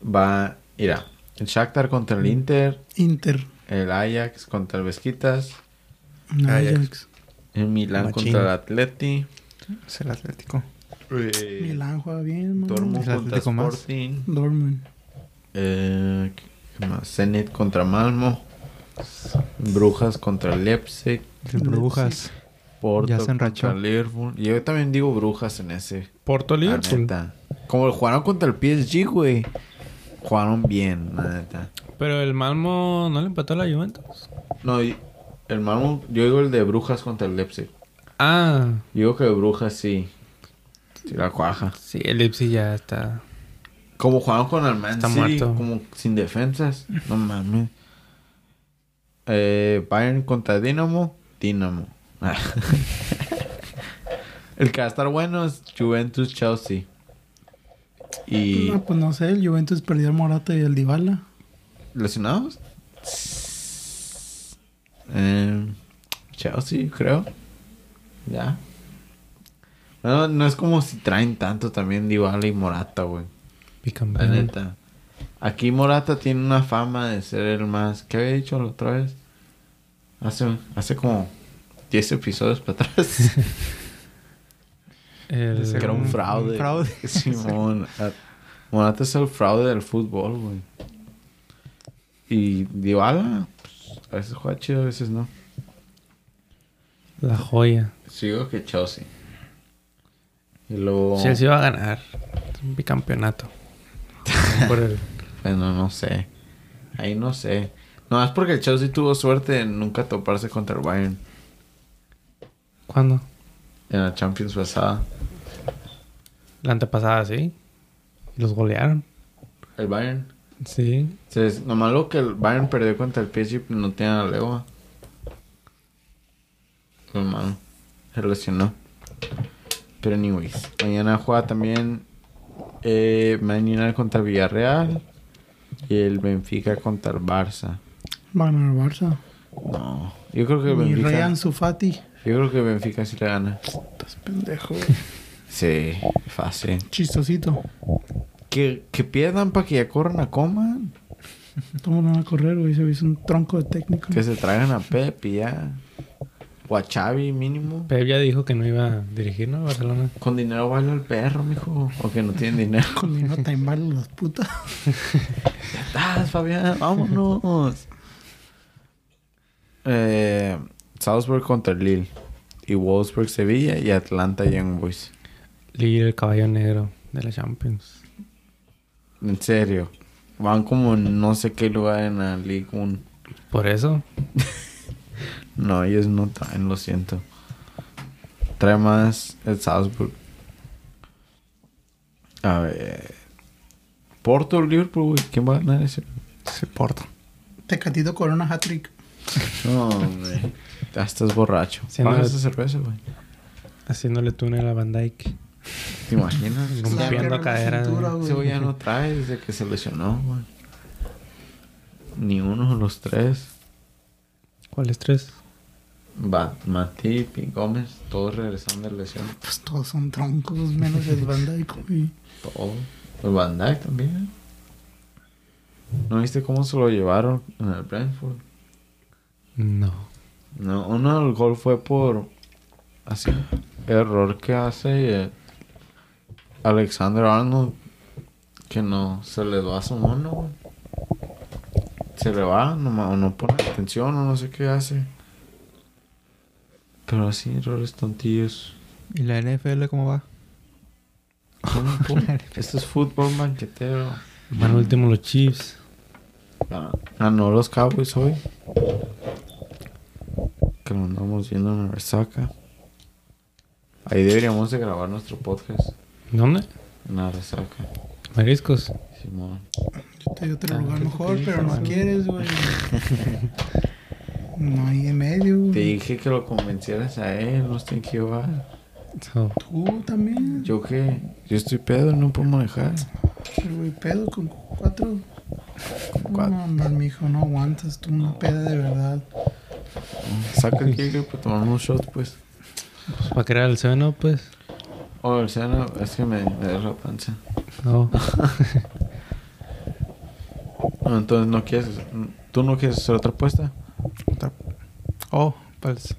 Speaker 2: Va, irá. El Shakhtar contra
Speaker 4: Mm.
Speaker 2: el Inter.
Speaker 1: Inter.
Speaker 2: El Ajax contra el Vesquitas.
Speaker 1: No,
Speaker 2: Ah,
Speaker 4: Ajax.
Speaker 1: Ajax.
Speaker 2: El Milán
Speaker 4: Machín.
Speaker 2: contra el Atleti.
Speaker 4: Es el Atlético.
Speaker 1: Milán juega bien, man.
Speaker 2: Eh, Dortmund
Speaker 4: El
Speaker 2: contra
Speaker 4: Atlético más.
Speaker 2: Sporting.
Speaker 1: Dortmund.
Speaker 2: Eh, ¿qué más? Zenit contra Malmo. Brujas contra Leipzig.
Speaker 4: El Brujas.
Speaker 2: Porto
Speaker 4: Ya se enrachó.
Speaker 2: contra Liverpool. Y yo también digo Brujas en ese.
Speaker 3: Porto
Speaker 2: La
Speaker 3: Liverpool.
Speaker 2: neta. Como jugaron contra el PSG, güey. Jugaron bien, la neta.
Speaker 3: Pero el Malmo no le empató a la Juventus.
Speaker 2: No, y- el Malmo, yo digo el de Brujas contra el Leipzig.
Speaker 3: Ah,
Speaker 2: Digo que Brujas sí. Sí, la cuaja.
Speaker 3: sí, el Leipzig ya está.
Speaker 2: Como jugaron con el Man
Speaker 3: Está
Speaker 2: City,
Speaker 3: muerto.
Speaker 2: como sin defensas. No mames. Eh, Bayern contra Dinamo. Dinamo. *laughs* el que va a estar bueno es Juventus Chelsea. Y.
Speaker 1: No, pues no sé, el Juventus perdió el Morata y el Dybala.
Speaker 2: ¿Lesionados? Eh, Chelsea, creo. Ya. No, no es como si traen tanto también Dybala y Morata, güey. La
Speaker 3: Bicampeón.
Speaker 2: neta. Aquí Morata tiene una fama de ser el más. ¿Qué había dicho la otra vez? Hace, hace como 10 episodios para atrás.
Speaker 3: El-
Speaker 2: que era un
Speaker 4: Un-
Speaker 2: fraude.
Speaker 4: un fraude.
Speaker 2: *laughs* Simón. Ah, Morata es el fraude del fútbol, güey. Y Dybala, pues, a veces juega chido, a veces no.
Speaker 3: la joya.
Speaker 2: Sigo que Chelsea. Y luego.
Speaker 3: Chelsea va a ganar. Es un
Speaker 2: *laughs*
Speaker 3: bicampeonato. Por el-
Speaker 2: Bueno, no sé. Ahí no sé. No, es porque el Chelsea tuvo suerte en nunca toparse contra el Bayern
Speaker 3: ¿Cuándo?
Speaker 2: en la Champions pasada.
Speaker 3: La antepasada, sí. Y los golearon.
Speaker 2: El Bayern.
Speaker 3: Sí.
Speaker 2: Entonces, nomás lo que el Bayern perdió contra el PSG pues, no tiene a Legua. Lo malo. Se lesionó. Pero anyways. Mañana juega también eh, Man United contra el Villarreal. Y el Benfica contra el Barça.
Speaker 1: Van al Barça.
Speaker 2: No. Yo creo que el
Speaker 1: Y
Speaker 2: Benfica.
Speaker 1: Ryan Sufati.
Speaker 2: Yo creo que el Benfica sí le gana.
Speaker 1: Estás pendejo.
Speaker 2: *laughs* Sí, fácil.
Speaker 1: Chistosito.
Speaker 2: Que, que pierdan para que ya corran a coman.
Speaker 1: ¿Cómo no van a correr, güey? Se hizo un tronco de técnico.
Speaker 2: Que se traigan a Pep y ya. O a Xavi mínimo.
Speaker 3: Pep ya dijo que no iba a dirigir, ¿no? Barcelona.
Speaker 2: Con dinero baila el perro, mijo. O que no tienen dinero.
Speaker 1: Con dinero tan malo, las putas.
Speaker 2: ¡Ah, Fabián! ¡Vámonos! *laughs* eh, Salzburg contra el Lille. Y Wolfsburg, Sevilla y Atlanta Young Boys.
Speaker 3: Lille, el caballo negro de la Champions.
Speaker 2: En serio. Van como en no sé qué lugar en la League 1.
Speaker 3: Por eso,
Speaker 2: No, ellos no traen, lo siento. Trae más el Salzburg. A ver. Porto, Liverpool, güey. ¿Quién va a ganar ese?
Speaker 4: Se porta.
Speaker 1: Tecatito Corona Hat-Trick.
Speaker 2: No, hombre. Ya estás borracho.
Speaker 3: Sí,
Speaker 2: Paga
Speaker 3: no.
Speaker 2: esa cerveza, güey.
Speaker 3: haciéndole túnel a Van Dyke.
Speaker 2: ¿Te *laughs* imaginas?
Speaker 3: Como
Speaker 1: Slapper
Speaker 3: Rompiendo
Speaker 1: en la
Speaker 3: caderas,
Speaker 1: cintura,
Speaker 3: güey.
Speaker 1: güey.
Speaker 2: Ese güey ya no trae desde que se lesionó, güey. Ni uno de los tres.
Speaker 3: ¿Cuáles tres?
Speaker 2: Va, Matip y Gómez, todos regresando de lesión.
Speaker 1: Pues todos son troncos, menos el Van Dyke, güey.
Speaker 2: Todo. El Van Dijk también. ¿No viste cómo se lo llevaron en el Brentford?
Speaker 3: No.
Speaker 2: No, uno del gol fue por así error que hace eh, Alexander Arnold que no se le va a su mono. güey. Se le va, no, ma- o no pone atención o no sé qué hace. Pero así errores tontillos.
Speaker 4: ¿Y la NFL cómo va?
Speaker 2: No me importa. Esto es fútbol banquetero.
Speaker 3: Van último los Chiefs.
Speaker 2: Ah, Ganó los Cowboys hoy. Que lo andamos viendo en Resaca. Ahí deberíamos de grabar nuestro podcast.
Speaker 3: ¿Dónde?
Speaker 2: En la Resaca.
Speaker 3: Mariscos.
Speaker 2: Simón.
Speaker 1: Yo te di otro
Speaker 2: Ah,
Speaker 1: lugar
Speaker 2: ¿qué te
Speaker 1: mejor,
Speaker 2: pedí,
Speaker 1: pero no
Speaker 2: hermano?
Speaker 1: quieres, güey. No hay en medio,
Speaker 2: Te
Speaker 1: güey.
Speaker 2: dije que lo convencieras a él, no sé en qué va.
Speaker 3: So,
Speaker 1: Tú también.
Speaker 2: Yo que, yo estoy pedo, no puedo manejar.
Speaker 1: Pero, güey, pedo con cuatro.
Speaker 2: cuatro.
Speaker 1: No, no, mijo, no aguantas. Tú una peda de verdad.
Speaker 2: Saca
Speaker 3: *laughs*
Speaker 2: el kicker para tomar unos shots, pues.
Speaker 3: pues, ¿Para crear el seno, pues?
Speaker 2: Oh, el seno, es que me, me da la panza.
Speaker 3: No.
Speaker 2: No, entonces no quieres, tú no quieres hacer otra apuesta.
Speaker 4: Otra- Oh, pues.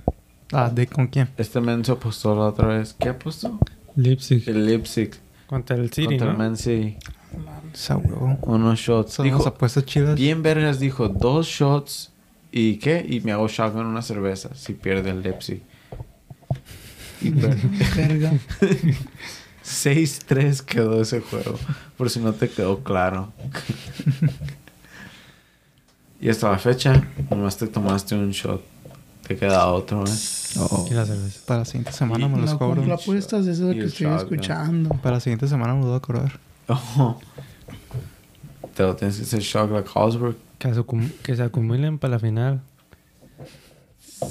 Speaker 4: Ah, ¿de con quién?
Speaker 2: Este menso apostó la otra vez. ¿Qué apostó?
Speaker 3: Leipzig.
Speaker 2: El Leipzig.
Speaker 3: Contra el City,
Speaker 2: contra el
Speaker 3: ¿no?
Speaker 2: Man City.
Speaker 4: Esa huevo.
Speaker 2: Unos shots.
Speaker 4: Son las
Speaker 2: Dijo,
Speaker 4: apuestas chidas. *laughs*
Speaker 2: bien vergas, dijo, dos shots y qué? Y me hago shotgun una cerveza si pierde el Leipzig. Y per-
Speaker 1: Verga.
Speaker 2: 6-3 quedó ese juego, por si no te quedó claro. y hasta la fecha, nomás te tomaste un shot. Te queda otro, ¿eh?
Speaker 4: Oh.
Speaker 3: Y la cerveza.
Speaker 4: Para la siguiente semana
Speaker 2: Y
Speaker 4: me los
Speaker 1: No
Speaker 4: cobro.
Speaker 1: cumplo apuestas, eso es
Speaker 2: Y
Speaker 1: lo
Speaker 2: el
Speaker 1: que estoy
Speaker 2: shotgun.
Speaker 1: escuchando.
Speaker 4: Para la siguiente semana me los voy a cobrar.
Speaker 2: Oh. Te lo tienes que hacer shot like Osberg.
Speaker 3: Que, se acum- que se acumulen para la final.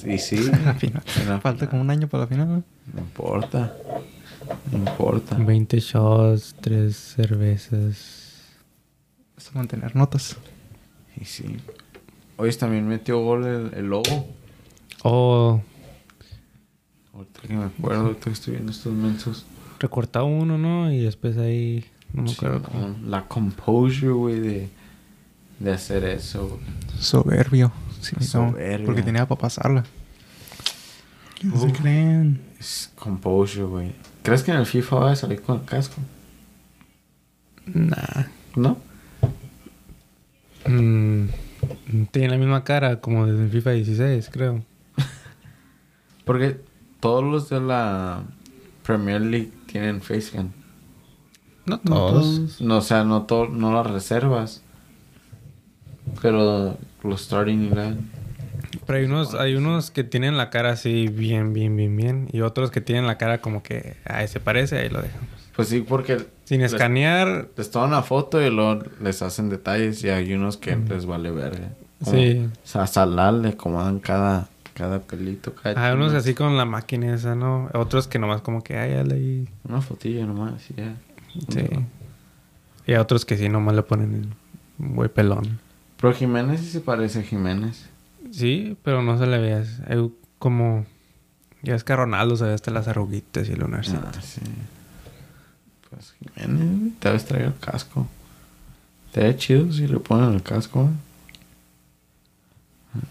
Speaker 2: Y sí,
Speaker 4: *laughs* La final.
Speaker 2: en la
Speaker 4: Ah, Falta como un año para la final.
Speaker 2: No importa. No importa.
Speaker 3: 20 shots, 3 cervezas.
Speaker 4: Hasta mantener notas.
Speaker 2: Y sí. Hoy también metió gol el, el lobo.
Speaker 3: Oh,
Speaker 2: Ahorita que me acuerdo, ahorita que estoy viendo estos mensos.
Speaker 3: recortaba uno, ¿no? Y después ahí. No me acuerdo
Speaker 2: Sí,
Speaker 3: cómo.
Speaker 2: no, La composure, güey, de, de hacer eso. güey.
Speaker 4: Soberbio. Sí, no,
Speaker 2: Soberbio.
Speaker 4: porque tenía para pasarla. Uh.
Speaker 1: ¿Quién se creen?
Speaker 2: Es composure, güey. ¿Crees que en el FIFA va a salir con el casco?
Speaker 3: Nah.
Speaker 2: ¿No?
Speaker 3: Mm, tiene la misma cara como desde el FIFA 16, creo.
Speaker 2: Porque todos los de la Premier League tienen facecam.
Speaker 3: No
Speaker 2: No, o sea, no, to- no las reservas. Pero los starting line.
Speaker 3: Pero hay unos, hay unos que tienen la cara así bien, bien, bien, bien. Y otros que tienen la cara como que ahí se parece, ahí lo dejamos.
Speaker 2: Pues sí, porque
Speaker 3: Sin
Speaker 2: Les-
Speaker 3: escanear,
Speaker 2: Les toman la foto y luego les hacen detalles y hay unos que les vale verga. Como,
Speaker 3: Sí.
Speaker 2: O sea, salar le acomodan cada, cada pelito, cada
Speaker 3: hay Ah, unos
Speaker 2: chino.
Speaker 3: así con la máquina esa, ¿no? Otros que nomás como que, ay, ya leí.
Speaker 2: Una fotilla nomás, y ya.
Speaker 3: Sí. Y a otros que sí, nomás le ponen el güey pelón.
Speaker 2: Pero Jiménez sí se parece a Jiménez.
Speaker 3: Sí, pero no se le veas. Como. Ya es que a Ronaldo se ve hasta las arruguitas y el lunarcito.
Speaker 2: Ah, sí. Pues Jiménez, güey, te debes traer el casco. Estaría chido si le ponen el casco, güey.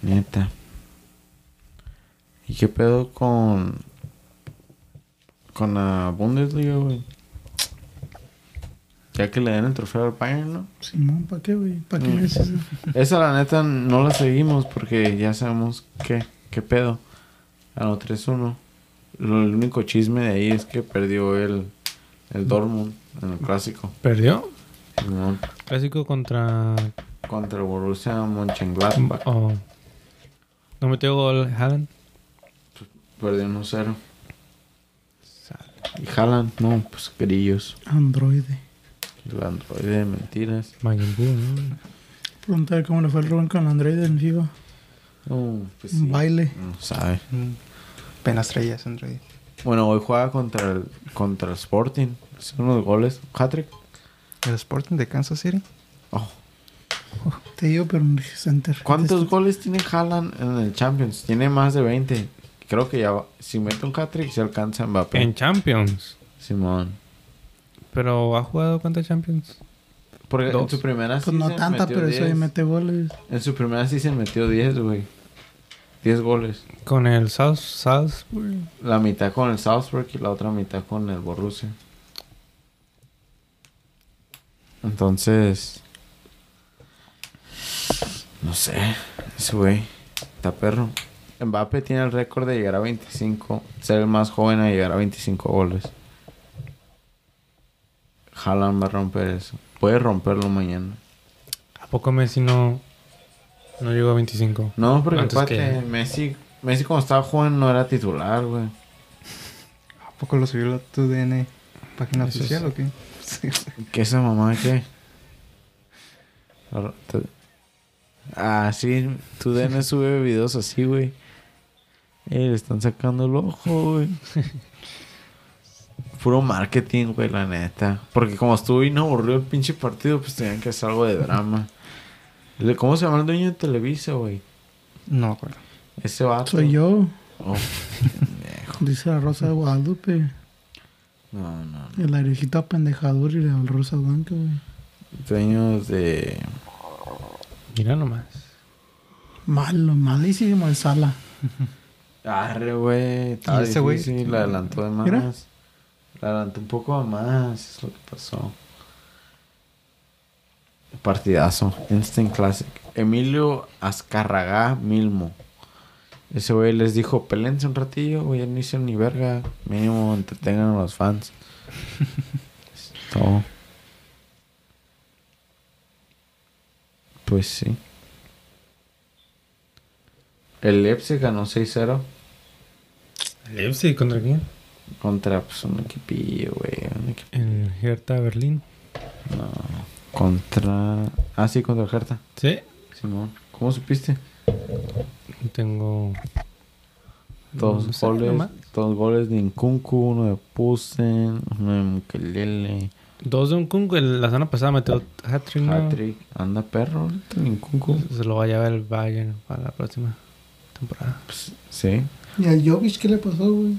Speaker 2: La Neta. ¿Y qué pedo con. con la Bundesliga, güey? Ya que le den el trofeo al Bayern, ¿no?
Speaker 1: Simón, ¿para qué, güey? ¿Para qué
Speaker 2: Mm.
Speaker 1: me dices eso?
Speaker 2: Esa la neta no la seguimos porque ya sabemos qué, qué pedo. Ganó 3-1. Lo- El único chisme de ahí es que perdió el, el Dortmund en el clásico.
Speaker 3: ¿Perdió?
Speaker 2: Simón,
Speaker 3: Clásico contra.
Speaker 2: Contra el Borussia Mönchengladbach.
Speaker 3: Oh. No metió gol Haaland.
Speaker 2: Perdió 1-0. Y Haaland, no, pues grillos.
Speaker 1: Androide.
Speaker 2: El androide de mentiras.
Speaker 3: Majin Buu, ¿no?
Speaker 1: Preguntar cómo le fue el Rubén con Androide en FIFA.
Speaker 2: No, pues sí.
Speaker 1: Un baile.
Speaker 2: No sabe.
Speaker 4: Mm. Penas traías, Android.
Speaker 2: Bueno, hoy juega contra el, contra el Sporting. Son unos goles. Hat-trick.
Speaker 4: El Sporting de Kansas City.
Speaker 2: Oh.
Speaker 1: Te digo, pero en el Center.
Speaker 2: ¿Cuántos goles tiene Haaland en el Champions? Tiene más de 20. Creo que ya va- si mete un hat-trick se alcanza a Mbappé.
Speaker 3: En Champions.
Speaker 2: Simón.
Speaker 3: Pero ha jugado cuántas Champions?
Speaker 2: Porque en
Speaker 3: Dos.
Speaker 2: su primera
Speaker 1: Pues no
Speaker 2: season
Speaker 1: tanta,
Speaker 2: metió Ah,
Speaker 1: pero eso ahí
Speaker 2: 10.
Speaker 1: mete goles.
Speaker 2: En su primera season metió 10, güey. 10 goles.
Speaker 3: Con el South, Salzburg.
Speaker 2: La mitad con el Salzburg y la otra mitad con el Borussia. Entonces... No sé. Ese güey está perro. Mbappé tiene el récord de llegar a 25. Ser el más joven a llegar a 25 goles. Haaland va a romper eso. Puede romperlo mañana.
Speaker 3: ¿A poco Messi no, no llegó a 25?
Speaker 2: No, porque
Speaker 3: Antes
Speaker 2: aparte,
Speaker 3: que-
Speaker 2: Messi... Messi cuando estaba joven no era titular, güey.
Speaker 4: ¿A poco lo subió la TUDN página
Speaker 3: Eso
Speaker 4: oficial
Speaker 3: sí.
Speaker 4: o qué? *laughs* Sí, güey.
Speaker 2: ¿Qué esa mamá qué? Ahora, te- Ah, sí,
Speaker 1: *laughs*
Speaker 2: tu DN sube videos así, güey. Eh, le están sacando el ojo, güey. *laughs* Puro marketing, güey, la neta. Porque como estuvo bien aburrido el pinche partido, pues tenían que hacer algo de drama. Le- ¿Cómo se llama el dueño de Televisa, güey?
Speaker 4: No me acuerdo.
Speaker 2: Ese vato.
Speaker 1: Soy yo,
Speaker 2: Oh, pendejo.
Speaker 1: dice la Rosa de Guadalupe.
Speaker 2: no, no, no.
Speaker 1: El airecito apendejador y la rosa blanca, güey.
Speaker 2: Dueños de...
Speaker 3: Mira nomás.
Speaker 1: Malo, malísimo el sala.
Speaker 2: Arre, güey. Estaba
Speaker 4: ¿Y ese güey?
Speaker 2: difícil, La adelantó de más.
Speaker 1: Mira.
Speaker 2: La adelantó un poco de más. Es lo que pasó. Partidazo. Instant Classic. Emilio Azcarragá Milmo. Ese güey les dijo, pelense un ratillo, güey, ya no hicieron ni verga. Mínimo, entretengan a los
Speaker 4: *laughs*
Speaker 2: fans. Es todo. Pues sí. El Leipzig ganó 6-0.
Speaker 3: Leipzig contra quién?
Speaker 2: Contra pues un equipillo, güey. Un equipo.
Speaker 3: El Hertha Berlín.
Speaker 2: No. Contra. Ah, sí, contra el Hertha.
Speaker 3: Sí.
Speaker 2: Simón. ¿Cómo supiste?
Speaker 3: Tengo.
Speaker 2: Dos
Speaker 3: no sé,
Speaker 2: goles.
Speaker 3: nomás.
Speaker 2: Dos goles de Nkunku, uno de Pusen, uno de Mukelele.
Speaker 3: Dos de un Kunku. el- La semana pasada metió hat-trick. ¿no? Pues,
Speaker 2: Patrick. Anda perro ahorita, Nkunku.
Speaker 3: Se lo va a llevar el Bayern para la próxima temporada.
Speaker 2: Pues, sí.
Speaker 1: ¿Y al Jovic qué le pasó, güey?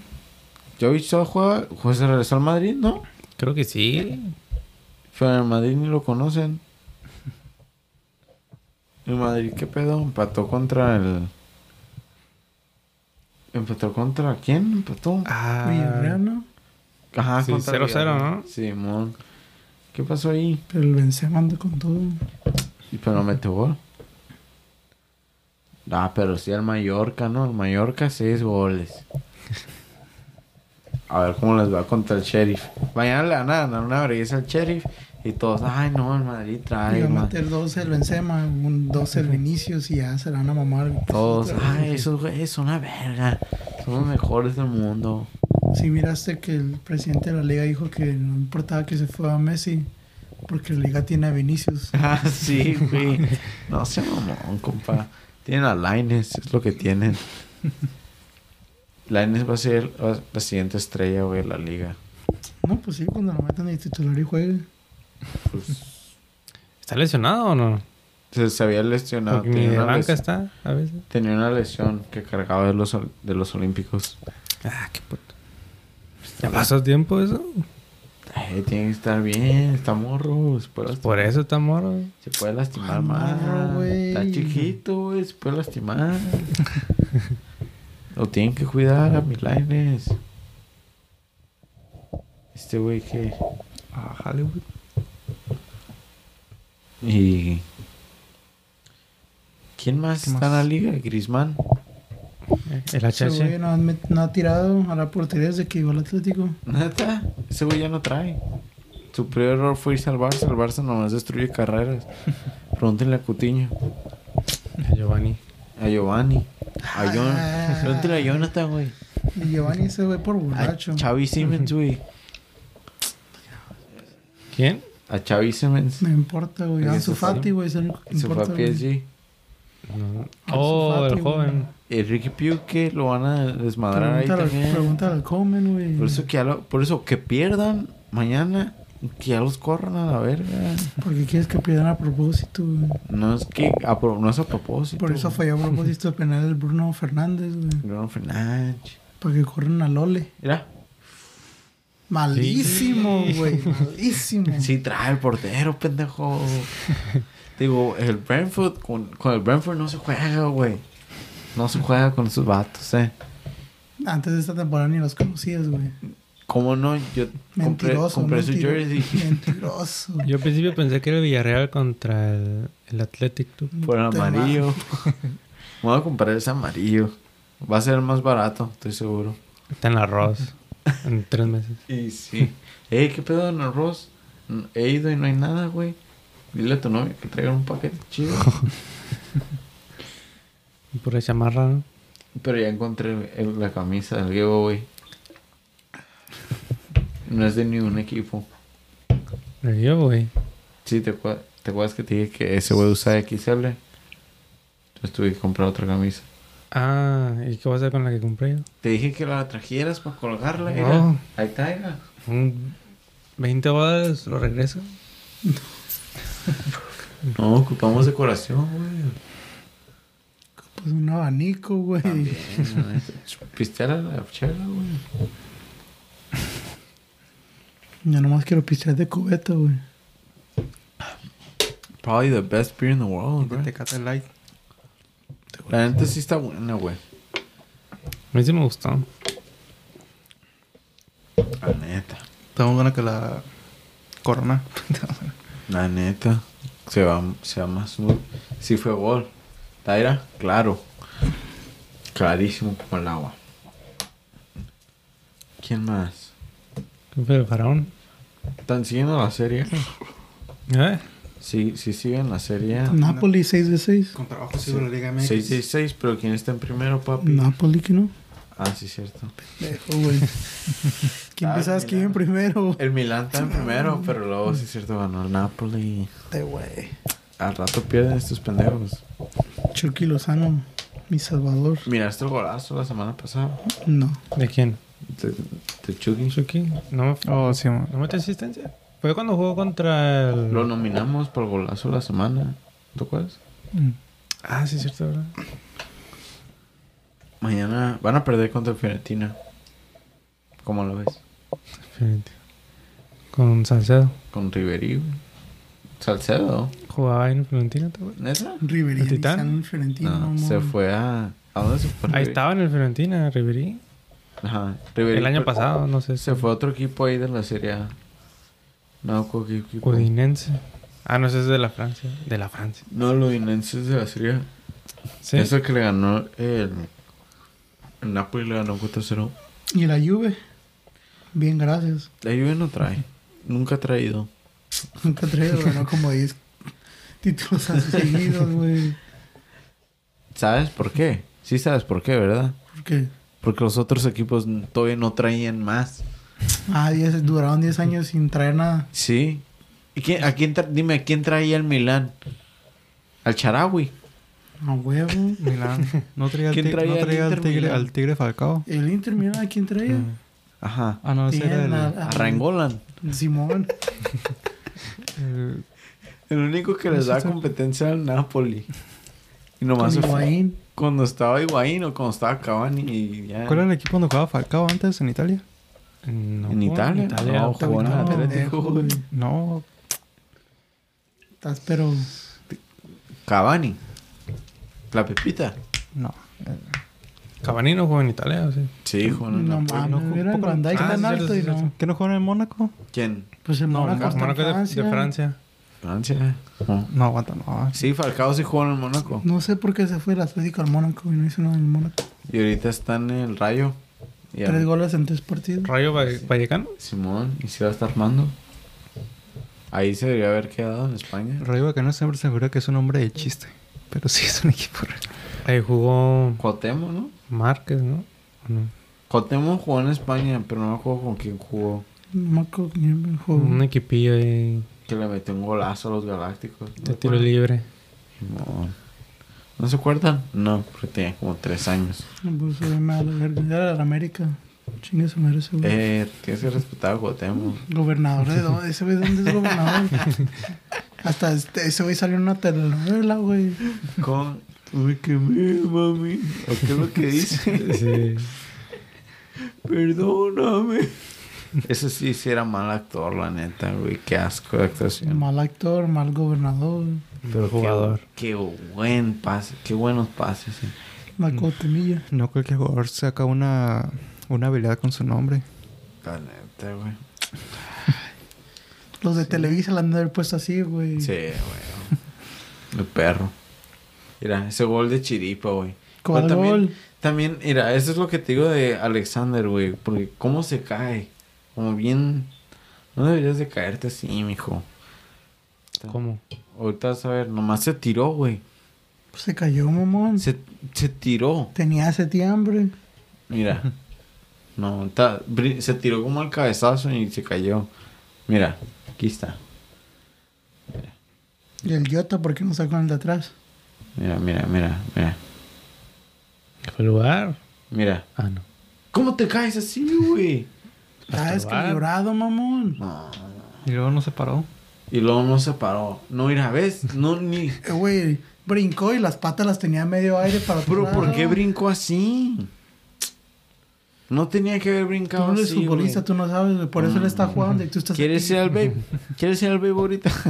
Speaker 2: Jovic solo juega. juega- Se regresó al Madrid, ¿no?
Speaker 3: Creo que sí.
Speaker 2: Pero en Madrid ni lo conocen. En Madrid, ¿qué pedo? Empató contra el. ¿Empató contra quién? ¿Empató?
Speaker 1: Villarreal, ¿no?
Speaker 2: Ajá,
Speaker 3: Ah, Sí,
Speaker 2: Ah, contra
Speaker 3: 0-0,
Speaker 2: Villarreal.
Speaker 3: ¿no?
Speaker 2: Simón. ¿Qué pasó ahí?
Speaker 1: Pero el Benzema anda con todo.
Speaker 2: Y pero no metió gol. Ah, pero sí al Mallorca, ¿no? Al Mallorca seis goles. A ver cómo les va contra el Sheriff. Mañana le van a ganar una vergüenza al Sheriff. Y todos, ay, no, el Madrid trae.
Speaker 1: Iba a
Speaker 2: ma-
Speaker 1: meter 12 el Benzema, un 12 el Vinicius y ya se la van a mamar.
Speaker 2: Todos,
Speaker 1: Otra vez.
Speaker 2: ay, esos güeyes son una verga. Son los mejores del mundo.
Speaker 1: Si miraste que el presidente de la liga dijo que no importaba que se fuera Messi, porque la liga tiene a Vinicius.
Speaker 2: *laughs* Ah, sí, güey. No se mamón, compa. Tienen a Lines, es lo que tienen. Lines va a ser la- la siguiente estrella, güey, de la liga.
Speaker 1: No, pues sí, cuando lo metan de titular y juegue.
Speaker 2: Pues,
Speaker 3: ¿Está lesionado o no?
Speaker 2: se, se había lesionado.
Speaker 3: Porque ni
Speaker 2: Tenía
Speaker 3: de
Speaker 2: una,
Speaker 3: banca
Speaker 2: les-
Speaker 3: está a veces.
Speaker 2: tenía una lesión que cargaba de los, ol- de los Olímpicos.
Speaker 3: Ah, qué puto. ¿Ya pasó tiempo eso?
Speaker 2: Ay, tiene que estar bien, está morro. Se puede,
Speaker 3: Pues Por eso está moro.
Speaker 2: se puede lastimar
Speaker 1: Ay,
Speaker 2: más.
Speaker 1: morro, güey.
Speaker 2: Está chiquito, güey, se puede lastimar. Lo tienen que cuidar a Milanes. Este güey que.
Speaker 4: A Hollywood.
Speaker 2: Y. ¿Quién más
Speaker 4: ¿Qué
Speaker 2: está en la
Speaker 4: más?
Speaker 2: liga? Grisman.
Speaker 3: El
Speaker 1: Ese güey
Speaker 3: HH.
Speaker 1: no, ha met- no ha tirado a la portería desde que llegó al Atlético.
Speaker 2: Neta, ese güey ya no trae. Su primer error fue irse al Barça. El Barça nomás destruye carreras. Pregúntenle a Cutiño,
Speaker 3: Giovanni.
Speaker 2: a Giovanni, a Jon.
Speaker 1: Ah.
Speaker 2: Pregúntenle a Jonathan, güey.
Speaker 1: Y Giovanni se ve por
Speaker 2: A
Speaker 1: borracho.
Speaker 2: Xavi Simmons, güey.
Speaker 3: ¿Quién?
Speaker 2: A Xavi Simmons.
Speaker 1: No importa, güey.
Speaker 2: Porque
Speaker 1: Ansu
Speaker 2: se fue-
Speaker 1: Fati, güey, es el único que
Speaker 2: Se fue a
Speaker 1: importa. güey.
Speaker 2: PSG.
Speaker 3: No.
Speaker 1: Ansu
Speaker 3: Oh,
Speaker 1: Fati,
Speaker 3: el
Speaker 1: güey.
Speaker 3: joven.
Speaker 2: El Ricky Pugh que lo van a desmadrar ahí
Speaker 1: Pregúntale,
Speaker 2: también.
Speaker 1: pregúntale al Comen, güey.
Speaker 2: Por eso que ya lo- por eso que pierdan mañana, que ya los corran a la verga.
Speaker 1: Porque quieres que pierdan a propósito, güey.
Speaker 2: No es que a pro- no es a propósito.
Speaker 1: Por eso falló a propósito el penal del Bruno Fernández, güey.
Speaker 2: Bruno Fernández.
Speaker 1: Para que corran a Lole.
Speaker 2: Mira,
Speaker 1: Malísimo, güey. Malísimo.
Speaker 2: sí trae el portero,
Speaker 1: *laughs*
Speaker 2: pendejo. Digo, el Brentford con, con el Brentford no se juega, güey. No se juega con esos vatos, eh.
Speaker 1: Antes de esta temporada ni los conocías, güey.
Speaker 2: ¿Cómo no? Yo compré,
Speaker 1: Mentiroso.
Speaker 2: compré su
Speaker 1: mentiro-
Speaker 2: jersey.
Speaker 1: Mentiroso.
Speaker 3: Yo al principio pensé que era Villarreal contra el, el Athletic. tú.
Speaker 2: Por
Speaker 1: Te ma-
Speaker 2: amarillo. Me voy a comprar ese amarillo. Va a ser más barato, estoy seguro.
Speaker 3: Está en la Ross. En tres meses.
Speaker 2: Y sí. *laughs* Ey, ¿qué pedo, Don Ross? N- He ido y no hay nada, güey. Dile a tu novia que traigan un paquete chido.
Speaker 3: Y por esa chamarra. ¿no?
Speaker 2: Pero ya encontré el- la camisa del giveaway. No es de ningún equipo.
Speaker 3: Le dio, güey.
Speaker 2: Sí, ¿te, acua- te acuerdas que te dije que ese güey usa XL? Entonces tuve que comprar otra camisa.
Speaker 3: Ah, ¿y qué vas a hacer con la que compré yo?
Speaker 2: Te dije que la trajeras para colgarla. mira.
Speaker 3: No.
Speaker 2: Ahí está, mira.
Speaker 3: Un 20 dólares, lo regreso.
Speaker 2: No, ocupamos decoración, güey.
Speaker 1: Pues un abanico, güey.
Speaker 2: También, ¿no? Pisteala la chela, güey.
Speaker 1: Yo nomás quiero pistear de cubeta, güey.
Speaker 2: Probably the best beer in the world, bro.
Speaker 4: De Tecate Light.
Speaker 2: La neta sí está buena, güey.
Speaker 3: A mí sí me gustó.
Speaker 2: La neta.
Speaker 4: Está más buena que la Corona.
Speaker 2: La neta. Se va, se va más. un- Sí fue gol. Taira, claro. Clarísimo como el agua. ¿Quién más?
Speaker 3: ¿Qué fue el faraón?
Speaker 2: ¿Están siguiendo la serie?
Speaker 3: ¿Eh?
Speaker 2: Sí, sí siguen la serie.
Speaker 1: Napoli 6 de 6.
Speaker 4: *laughs* Con trabajo sigo la Liga
Speaker 2: 6-6, pero ¿quién está en primero, papi?
Speaker 1: Napoli, que no?
Speaker 2: Ah, sí, cierto.
Speaker 1: Dejo, güey. *laughs* ¿Quién
Speaker 2: Ah,
Speaker 1: pensabas que iba en
Speaker 2: mira.
Speaker 1: primero? güey?
Speaker 2: El Milán está en primero, pero luego sí es cierto ganó el Napoli.
Speaker 1: Este, güey.
Speaker 2: Al rato pierden estos pendejos.
Speaker 1: Chucky Lozano, mi salvador.
Speaker 2: ¿Miraste el golazo la semana pasada?
Speaker 1: No.
Speaker 3: ¿De quién?
Speaker 2: De, de Chucky.
Speaker 3: ¿Chucky? ¿No me,
Speaker 4: Oh, sí, man.
Speaker 3: ¿No metió asistencia? Fue cuando jugó contra el...
Speaker 2: Lo nominamos por golazo de la semana. ¿Tú acuerdas?
Speaker 4: Mm.
Speaker 3: Ah, sí, cierto, ¿verdad?
Speaker 2: Mañana van a perder contra Fiorentina. ¿Cómo lo ves?
Speaker 3: Diferente. Con Salcedo.
Speaker 2: Con Riverí. güey. Salcedo.
Speaker 3: Jugaba ahí en Fiorentina, ¿te acuerdas?
Speaker 2: ¿Neta?
Speaker 1: Rivería,
Speaker 3: ¿El Titán?
Speaker 1: San Fiorentino.
Speaker 2: No,
Speaker 1: mamón.
Speaker 2: se fue a... ¿A dónde se fue?
Speaker 3: Ahí
Speaker 2: Ribery?
Speaker 3: estaba en el Fiorentina, Riverí.
Speaker 2: Ajá. Ribery,
Speaker 3: El año
Speaker 2: pero
Speaker 3: pasado, no sé.
Speaker 2: Se fue a otro equipo ahí de la Serie A. No, ¿cu- qué equipo?
Speaker 3: Udinense. Ah, no, ese es de la Francia. De la Francia.
Speaker 2: No, el Udinese es de la Serie A.
Speaker 3: Sí.
Speaker 2: Es el que le ganó el... El Napoli le ganó 4-0.
Speaker 1: ¿Y la Juve? Bien, gracias.
Speaker 2: La Juve no trae. Nunca ha traído.
Speaker 1: Nunca traído, ganó como 10 títulos así seguidos, güey.
Speaker 2: ¿Sabes por qué? Sí sabes por qué, ¿verdad?
Speaker 1: Porque
Speaker 2: Porque los otros equipos n- todavía no traían más.
Speaker 1: ah, 10 duraron 10 años sin traer nada.
Speaker 2: Sí. ¿Y quién, a quién tra- dime, ¿a quién traía el Milán? Al Charawi.
Speaker 1: A huevo.
Speaker 4: *laughs* Milán. No traía, al
Speaker 2: ¿Quién
Speaker 4: tig- no
Speaker 2: traía el
Speaker 4: traía al,
Speaker 2: Inter
Speaker 4: tigre,
Speaker 2: Milán?
Speaker 4: al Tigre Falcao.
Speaker 1: ¿El Inter Milan a quién traía?
Speaker 2: Ajá.
Speaker 4: Ah, no, ese era
Speaker 1: Tenían
Speaker 4: el...
Speaker 1: a-
Speaker 2: A
Speaker 1: a-
Speaker 2: Rangolan.
Speaker 1: Simón.
Speaker 4: el-
Speaker 2: El único que les da competencia al Napoli. Y
Speaker 1: Con
Speaker 2: nomás se fue
Speaker 1: Higuaín.
Speaker 2: cuando estaba Higuaín o cuando estaba Cavani y ya.
Speaker 4: ¿Cuál era el equipo donde jugaba Falcao antes en Italia?
Speaker 3: No,
Speaker 2: ¿En
Speaker 3: jugó
Speaker 2: Italia? No,
Speaker 3: otra
Speaker 2: jugó en
Speaker 3: vez.
Speaker 1: No,
Speaker 2: Atlético,
Speaker 1: pendejo,
Speaker 2: güey.
Speaker 1: güey.
Speaker 4: No,
Speaker 1: Estás pero
Speaker 2: Cavani. La Pepita.
Speaker 4: no.
Speaker 3: Cavani no jugó en Italia, ¿o sí?
Speaker 2: Sí, hijo.
Speaker 1: no, mames, era el
Speaker 4: poco-
Speaker 1: Van Dijk
Speaker 3: Ah,
Speaker 1: tan
Speaker 3: sí,
Speaker 1: alto
Speaker 3: sí,
Speaker 1: y
Speaker 3: sí,
Speaker 1: no.
Speaker 4: ¿Que no jugaron en Mónaco?
Speaker 2: ¿Quién?
Speaker 1: Pues el
Speaker 4: No,
Speaker 1: Mónaco
Speaker 4: no,
Speaker 1: está en
Speaker 3: Mónaco es de, de Francia.
Speaker 2: Francia. No.
Speaker 4: No aguanta, no.
Speaker 2: Ah.
Speaker 4: ah,
Speaker 2: Sí, Falcao sí jugó en el Mónaco.
Speaker 1: No sé por qué se fue el Atlético al Mónaco y no hizo nada en el Mónaco.
Speaker 2: Y ahorita está en el Rayo. Y
Speaker 1: Tres
Speaker 2: a-
Speaker 1: goles en tres partidos.
Speaker 3: Rayo Valle- Vallecano.
Speaker 2: Simón, y se va a estar armando. Ahí se debería haber quedado en España.
Speaker 4: Rayo Bacano siempre se figura que es un hombre de chiste. Pero sí es un *laughs* equipo real.
Speaker 3: Ahí jugó
Speaker 2: Cuauhtémoc, ¿no?
Speaker 3: Márquez, ¿no? ¿O no?
Speaker 2: Cuauhtémoc jugó en España, pero no me acuerdo con quién jugó.
Speaker 1: No me acuerdo quién me jugó.
Speaker 3: Un equipillo ahí
Speaker 2: Que le metió un golazo a los Galácticos. ¿No
Speaker 3: de
Speaker 2: te
Speaker 3: tiro
Speaker 2: acuerdas?
Speaker 3: libre.
Speaker 2: Simón. ¿No se acuerdan? No, porque tenía como tres años.
Speaker 1: No, Pues se ve mal, la verga. Era de la América. Chingue su madre ese güey.
Speaker 2: Eh, tienes que respetar a Cuauhtémoc.
Speaker 1: Gobernador de dónde? ¿Ese güey dónde es gobernador? Hasta este, ese güey salió en una telenovela, güey.
Speaker 2: Con... Me quemé, mami. ¿O qué es lo que *laughs* dice?
Speaker 3: *laughs* Sí.
Speaker 2: Perdóname. Ese sí, sí era mal actor, la neta, güey. Qué asco de actuación.
Speaker 1: Mal actor, mal gobernador.
Speaker 3: Del jugador.
Speaker 2: Qué buen pase, qué buenos pases. sí.
Speaker 1: La cotemilla.
Speaker 4: No cualquier jugador saca una, una habilidad con su nombre.
Speaker 2: La neta, güey.
Speaker 1: Los de Televisa la han de haber puesto así, güey. *laughs*
Speaker 2: Sí, güey. El perro. Mira, ese gol de Chiripa, güey.
Speaker 1: ¿Cuál
Speaker 2: Pero también-
Speaker 1: gol?
Speaker 2: También, mira, eso es lo que te digo de Alexander, güey. Porque cómo se cae. Como bien... No deberías de caerte así, mijo.
Speaker 3: ¿Cómo?
Speaker 2: Ahorita vas a ver, nomás se tiró, güey.
Speaker 1: Pues se cayó, mamón.
Speaker 2: Se, se tiró.
Speaker 1: Tenía setiambre. *laughs*
Speaker 2: Mira. No, ta- bri- se tiró como al cabezazo y se cayó. Mira, aquí está.
Speaker 1: Y el Jota, ¿por qué no sacó el de atrás?
Speaker 2: Mira, mira, mira, mira.
Speaker 3: ¿Qué fue el lugar?
Speaker 2: Mira.
Speaker 3: Ah, no.
Speaker 2: ¿Cómo te caes así, güey?
Speaker 1: Está
Speaker 3: Hasta el bar.
Speaker 1: descalibrado, mamón.
Speaker 2: No.
Speaker 4: Y luego no se paró.
Speaker 2: Y luego no se paró. No, mira, ¿ves? No, ni...
Speaker 1: Eh, Güey, brincó y las patas las tenía a medio aire para otro
Speaker 2: Pero, ¿por
Speaker 1: lado.
Speaker 2: qué brincó así? No tenía que haber
Speaker 1: Tú
Speaker 2: brincado
Speaker 1: no eres
Speaker 2: así, güey.
Speaker 1: futbolista, tú no sabes, güey. Por eso él está jugando y tú estás.
Speaker 2: ¿Quieres
Speaker 1: aquí.
Speaker 2: ir al
Speaker 1: *laughs*
Speaker 2: babe? ¿Quieres ir al babe ahorita? *laughs*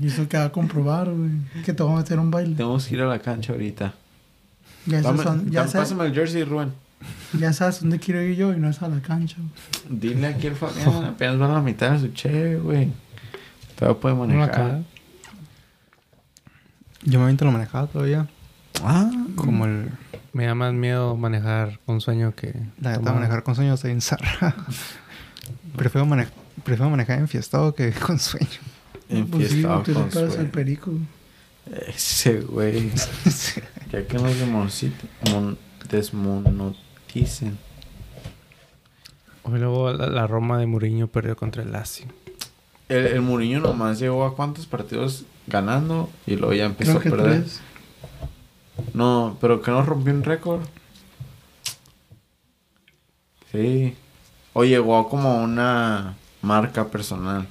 Speaker 1: Y eso que va a comprobar, güey. Que te vamos a meter un baile.
Speaker 2: Tenemos que ir a la cancha ahorita.
Speaker 1: Ya, esas
Speaker 2: Dame-
Speaker 1: son- ya,
Speaker 2: dame-
Speaker 1: sabes,
Speaker 2: Pásame el jersey, Rubén.
Speaker 1: ya sabes dónde quiero ir yo y no es a la cancha. güey.
Speaker 2: Dile aquí al Fabián, apenas va a la mitad de su cheve, güey. Todavía puede
Speaker 3: Uno
Speaker 2: manejar.
Speaker 3: acá.
Speaker 4: Yo me aviento lo manejaba todavía.
Speaker 2: Ah,
Speaker 1: Mm.
Speaker 4: Como el.
Speaker 3: Me da más miedo manejar un sueño que.
Speaker 4: La neta,
Speaker 3: tomar.
Speaker 4: manejar con sueño está bien *laughs* zarra. prefiero, manej- prefiero manejar enfiestado que con sueño.
Speaker 1: Pues sí,
Speaker 2: enfiestado
Speaker 1: güey, tú
Speaker 2: con
Speaker 1: te paras
Speaker 2: su-
Speaker 1: el perico. güey. *laughs*
Speaker 2: Ese güey. Ya que nos demonosit- mon- desmonoticen.
Speaker 3: Hoy luego la, la Roma de Mourinho perdió contra el Lazio.
Speaker 2: El, el Muriño nomás llegó a cuántos partidos ganando y luego ya
Speaker 1: Creo
Speaker 2: empezó a
Speaker 1: que
Speaker 2: perder.
Speaker 1: tres.
Speaker 2: No, pero que no rompió un récord. Sí. O llegó como a una marca personal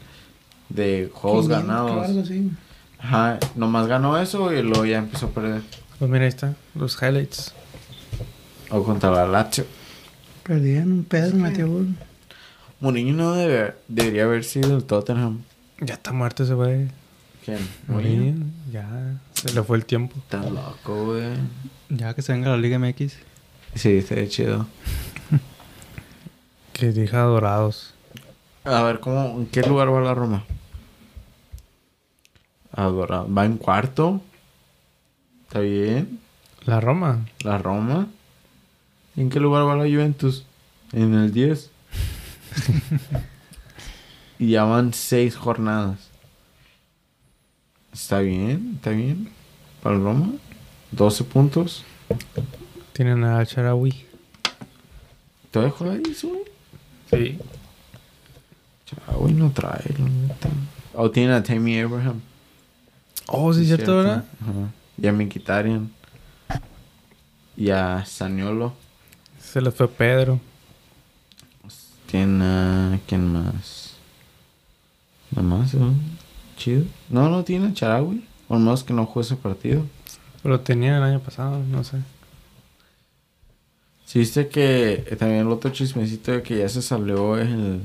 Speaker 2: de juegos
Speaker 1: 500 o
Speaker 2: ganados.
Speaker 1: algo así.
Speaker 2: Ajá, nomás ganó eso y luego ya empezó a perder.
Speaker 3: Pues mira, ahí está, los highlights.
Speaker 2: O contra la Lazio.
Speaker 1: Perdieron, Pedro metió gol.
Speaker 2: Mourinho no debe- debería haber sido el Tottenham.
Speaker 3: Ya está muerto ese güey.
Speaker 2: ¿Quién?
Speaker 3: Mourinho. Ya, se le fue el tiempo.
Speaker 2: Está loco, güey.
Speaker 4: Ya que se venga la Liga MX.
Speaker 2: Sí, está chido.
Speaker 3: Que dije adorados.
Speaker 2: A ver, ¿cómo, ¿en qué lugar va la Roma? Adorado. Va en cuarto. Está bien.
Speaker 3: La Roma.
Speaker 2: La Roma. ¿Y ¿En qué lugar va la Juventus? En el 10. *laughs* y ya van 6 jornadas. Está bien, está bien. Para el Roma. 12 puntos.
Speaker 3: Tienen a Charawi.
Speaker 2: ¿Todavía juega ahí, ese güey?
Speaker 3: Sí.
Speaker 2: Ah, güey, no trae. la neta. O tiene a Tammy Abraham.
Speaker 3: Oh, sí, cierto, ¿verdad?
Speaker 2: Ajá. Y a Miquitarian. Y a Saniolo.
Speaker 3: Se le fue Pedro.
Speaker 2: Tiene a... ¿Quién más? Nada más, ¿no? Chido. No, no tiene a Charagüe. Por menos que no juegue ese partido.
Speaker 3: Lo tenía el año pasado, no sé.
Speaker 2: Sí, viste que eh, también el otro chismecito de que ya se salió el...